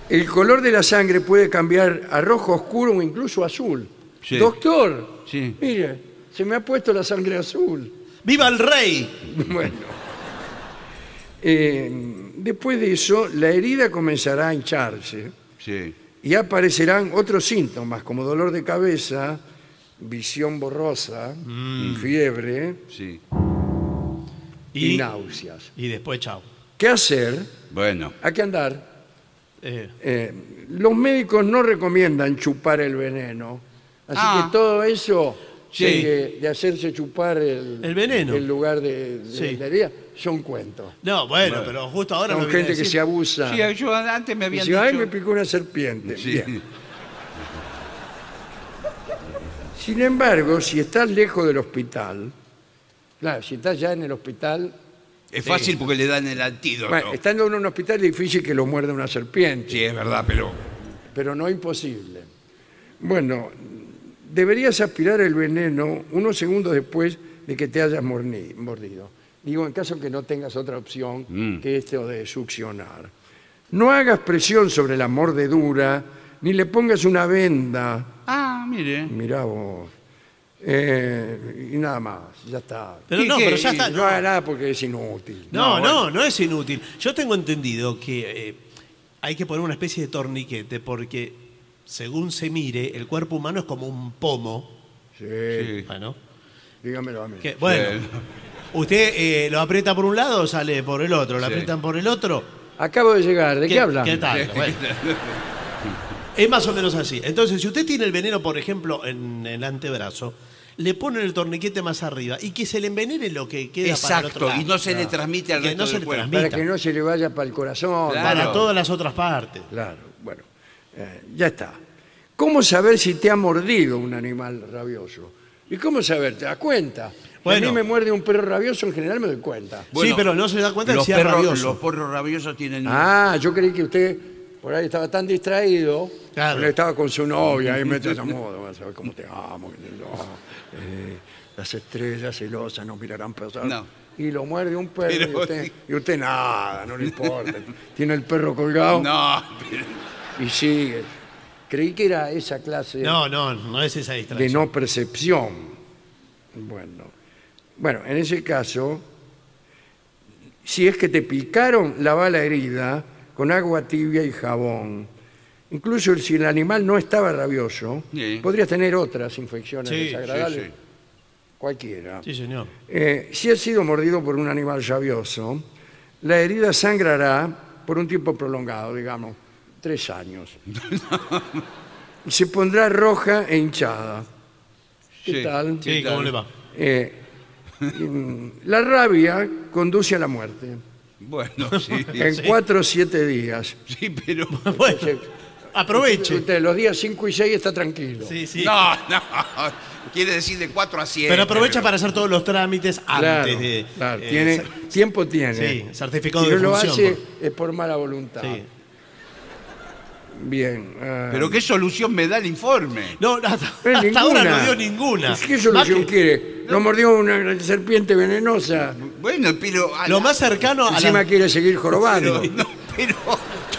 S4: El color de la sangre puede cambiar a rojo oscuro o incluso azul.
S3: Sí.
S4: Doctor,
S3: Sí.
S4: mire, se me ha puesto la sangre azul.
S2: ¡Viva el rey!
S4: Bueno. Eh, después de eso, la herida comenzará a hincharse
S3: Sí.
S4: y aparecerán otros síntomas como dolor de cabeza, visión borrosa,
S3: Mm.
S4: fiebre
S3: Sí.
S4: y, náuseas.
S2: y después chao.
S4: ¿Qué hacer?
S3: Bueno.
S4: ¿A qué andar?
S2: Eh,
S4: Eh, los médicos no recomiendan chupar el veneno. Así
S3: Ah.
S4: que todo eso
S2: Sí.
S4: de, de hacerse chupar el,
S2: El veneno.
S4: el lugar de, de
S2: Sí.
S4: vendería, son cuentos.
S2: No, bueno, pero justo ahora
S4: Son
S2: me viene a
S4: gente que
S2: decir-
S4: se abusa.
S5: Sí, yo antes me
S4: Y
S5: habían
S4: dice, Ah. ay, me
S5: dicho.
S4: picó una serpiente.
S3: Sí.
S4: Bien. Sin embargo, si estás lejos del hospital, claro, si estás ya en el hospital,
S3: Es fácil porque le dan el antídoto.
S4: bueno, estando en un hospital es difícil que lo muerda una serpiente,
S3: Sí, es verdad, pero
S4: pero no imposible. Bueno, deberías aspirar el veneno unos segundos después de que te hayas morni- mordido. Digo, en caso que no tengas otra opción
S3: Mm.
S4: que esto de succionar. No hagas presión sobre la mordedura, ni le pongas una venda
S3: Ah, mire.
S4: Mirá vos. Eh, y nada más, ya está.
S2: Pero
S5: ¿Y
S2: no,
S5: qué?
S2: pero ya
S5: Y
S2: está.
S4: No haga nada porque es inútil.
S2: No, no,
S3: No,
S2: no, es inútil. Yo tengo entendido que eh, hay que poner una especie de torniquete porque, según se mire, el cuerpo humano es como un pomo.
S4: Sí,
S2: Bueno,
S4: dígamelo a mí.
S2: que- bueno
S3: Sí.
S2: usted eh, lo aprieta por un lado, sale por el otro, lo
S3: Sí.
S2: aprietan por el otro.
S4: Acabo de llegar, ¿de qué, hablamos?
S2: ¿Qué tal? Bueno. Es más o menos así. Entonces, si usted tiene el veneno, por ejemplo, en el antebrazo, le ponen el torniquete más arriba y que se le envenene lo que queda para el otro
S3: Exacto,
S2: lado.
S3: y no se le transmite al
S2: Que
S3: resto
S2: no se
S3: del
S2: le
S3: cuerpo.
S2: transmite.
S4: Para
S2: Mita.
S4: que no se le vaya para el corazón.
S3: Claro.
S2: Para todas las otras partes.
S4: Claro, bueno, eh, ya está. ¿Cómo saber si te ha mordido un animal rabioso? ¿Y cómo saber? ¿Te das cuenta? Si
S2: Bueno.
S4: a mí me muerde un perro rabioso, en general me doy cuenta.
S2: sí, pero no se da cuenta que
S3: los
S2: sea
S3: perros,
S2: rabioso.
S3: Los perros rabiosos tienen...
S4: Ah, yo creí que usted por ahí estaba tan distraído.
S2: Claro.
S4: porque Estaba con su novia y me trata modo. vas a ver cómo te amo. qué sé yo. Eh, las estrellas celosas nos mirarán pasar.
S3: No.
S4: Y lo muerde un perro y,
S3: Pero-
S4: usted, y usted nada, no le importa. Tiene el perro colgado
S3: No, pero-
S4: y sigue. Creí que era esa clase
S2: No, no, no es esa
S4: de
S2: distracción.
S4: no percepción. Bueno. bueno, en ese caso, si es que te picaron, lava la herida con agua tibia y jabón. Incluso si el animal no estaba rabioso,
S3: Sí.
S4: podrías tener otras infecciones
S2: Sí,
S4: desagradables,
S3: sí, sí.
S4: cualquiera.
S2: Sí, señor.
S4: Eh, si has sido mordido por un animal llavioso, la herida sangrará por un tiempo prolongado, digamos, tres años. Y Se pondrá roja e hinchada. ¿Qué
S3: Sí,
S4: tal?
S2: Sí,
S3: Sí,
S2: ¿cómo
S3: claro.
S2: le va?
S4: Eh, mm, la rabia conduce a la muerte.
S3: Bueno, sí.
S4: En cuatro o siete días.
S3: Sí, pero...
S2: Bueno, aproveche.
S4: Usted, los días cinco y seis está tranquilo.
S2: Sí, sí.
S3: No, no. Quiere decir de 4 a 7.
S2: Pero aprovecha para hacer todos los trámites
S4: Claro,
S2: antes de.
S4: claro,
S2: eh,
S4: tiene,
S2: sa-
S4: tiempo tiene.
S2: Sí, certificado
S4: si
S2: de
S4: no lo
S2: función,
S4: hace es por mala voluntad.
S2: sí.
S4: Bien. ah,
S3: Pero qué solución me da el informe.
S2: No, hasta,
S4: Pero
S2: hasta ahora
S4: Eh, ninguna.
S2: no dio ninguna.
S4: Es que
S2: Más
S4: solución
S2: que-
S4: quiere. Lo mordió una serpiente venenosa.
S3: Bueno, pero... a
S2: Lo
S3: la-
S2: más cercano a
S4: Encima
S2: la.
S4: quiere seguir jorobando.
S3: Pero, no, pero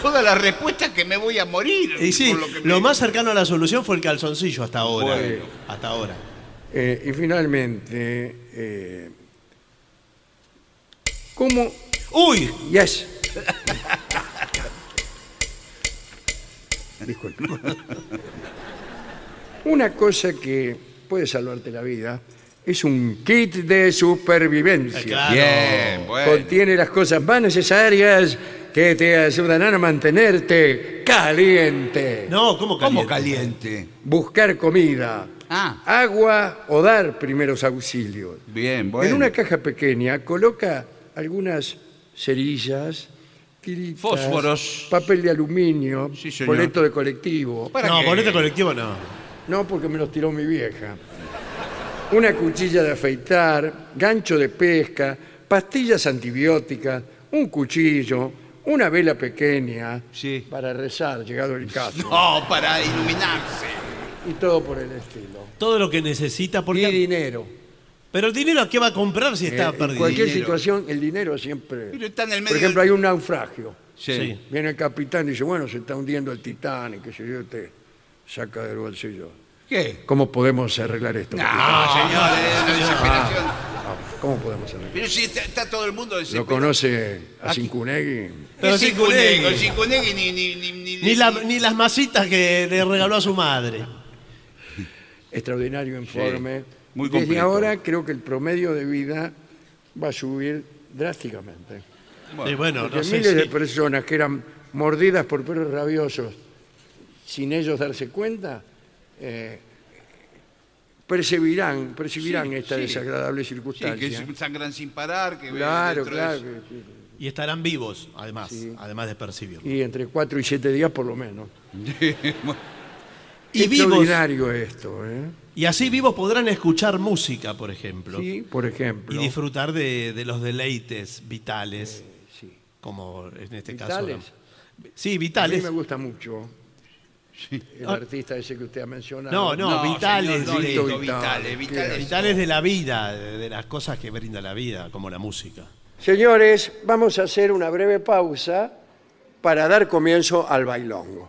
S3: toda la respuesta es que me voy a morir.
S2: Y sí,
S3: por que
S2: lo
S3: me-
S2: más cercano a la solución fue el calzoncillo hasta ahora.
S3: Bueno.
S2: Hasta ahora.
S4: Eh, y finalmente, eh, ¿cómo?
S2: ¡Uy!
S4: Yes. Disculpe. Una cosa que puede salvarte la vida es un kit de supervivencia.
S2: Claro.
S3: Bien, bueno.
S4: Contiene las cosas más necesarias que te ayudarán a mantenerte caliente.
S2: No, ¿cómo caliente?
S3: ¿Cómo caliente?
S4: Buscar comida,
S3: Ah.
S4: agua o dar primeros auxilios.
S3: Bien, bueno.
S4: En una caja pequeña coloca algunas cerillas, tiritas,
S3: Fósforos.
S4: papel de aluminio,
S3: Sí, señor.
S4: boleto de colectivo.
S3: ¿Para
S2: No,
S3: qué?
S2: boleto colectivo no.
S4: No, porque me los tiró mi vieja. Una cuchilla de afeitar, gancho de pesca, pastillas antibióticas, un cuchillo, una vela pequeña
S3: Sí.
S4: para rezar, llegado el caso.
S3: No, para iluminarse.
S4: Y todo por el estilo.
S2: Todo lo que necesita,
S4: Y
S2: porque.
S4: dinero.
S2: Pero el dinero a qué va a comprar si
S4: Eh,
S2: está
S4: en
S2: perdido.
S4: cualquier
S3: Dinero.
S4: situación, el dinero siempre...
S3: Pero está en el medio
S4: Por ejemplo, hay
S3: del-
S4: un naufragio.
S2: Sí.
S4: Viene el capitán y dice, bueno, se está hundiendo el Titanic, que se yo, te saca del bolsillo.
S3: ¿Qué?
S4: ¿Cómo podemos arreglar esto?
S2: Ah,
S3: No,
S4: capitán?
S3: señor, es una desesperación.
S4: ¿Cómo podemos arreglar?
S3: Pero si está, está todo el mundo
S4: ¿Lo
S3: desesperado.
S4: conoce a Cincunegui?
S2: Pero
S3: Pero
S2: sí,
S3: sin
S2: Cunegui.
S3: Cunegui, sin Cunegui ni, ni, ni, ni-
S2: Ni, la- ni las masitas que le regaló a su madre.
S4: Extraordinario informe.
S3: muy
S4: Desde
S3: completo.
S4: ahora creo que el promedio de vida va a subir drásticamente.
S2: Y bueno,
S4: Porque
S2: no sé
S4: miles de
S2: si-
S4: personas que eran mordidas por perros rabiosos sin ellos darse cuenta, eh, percibirán, percibirán
S3: Sí,
S4: esta
S3: sí.
S4: desagradable
S3: Sí, que
S4: circunstancia.
S3: sangran sin parar, que ven
S4: claro,
S3: dentro de-
S4: claro. que-
S2: Y estarán vivos, además,
S4: Sí.
S2: además de percibirlo.
S4: Y entre cuatro y siete días por lo menos.
S2: Y vivos,
S4: Extraordinario esto, ¿eh?
S2: y así vivos podrán escuchar música, por ejemplo,
S4: Sí, por ejemplo.
S2: y disfrutar de, de los deleites vitales,
S4: Sí.
S2: como en este
S4: ¿Vitales?
S2: caso. la- Sí,
S4: A mí
S2: vitales.
S4: me gusta mucho el artista ese que usted ha
S2: No,
S4: mencionado.
S2: no. vitales,
S3: señor, no,
S2: sí.
S3: Lito, vitales, vitales.
S2: Vitales de la vida, de de las cosas que brinda la vida, como la música.
S4: Señores, vamos a hacer una breve pausa para dar comienzo al bailongo.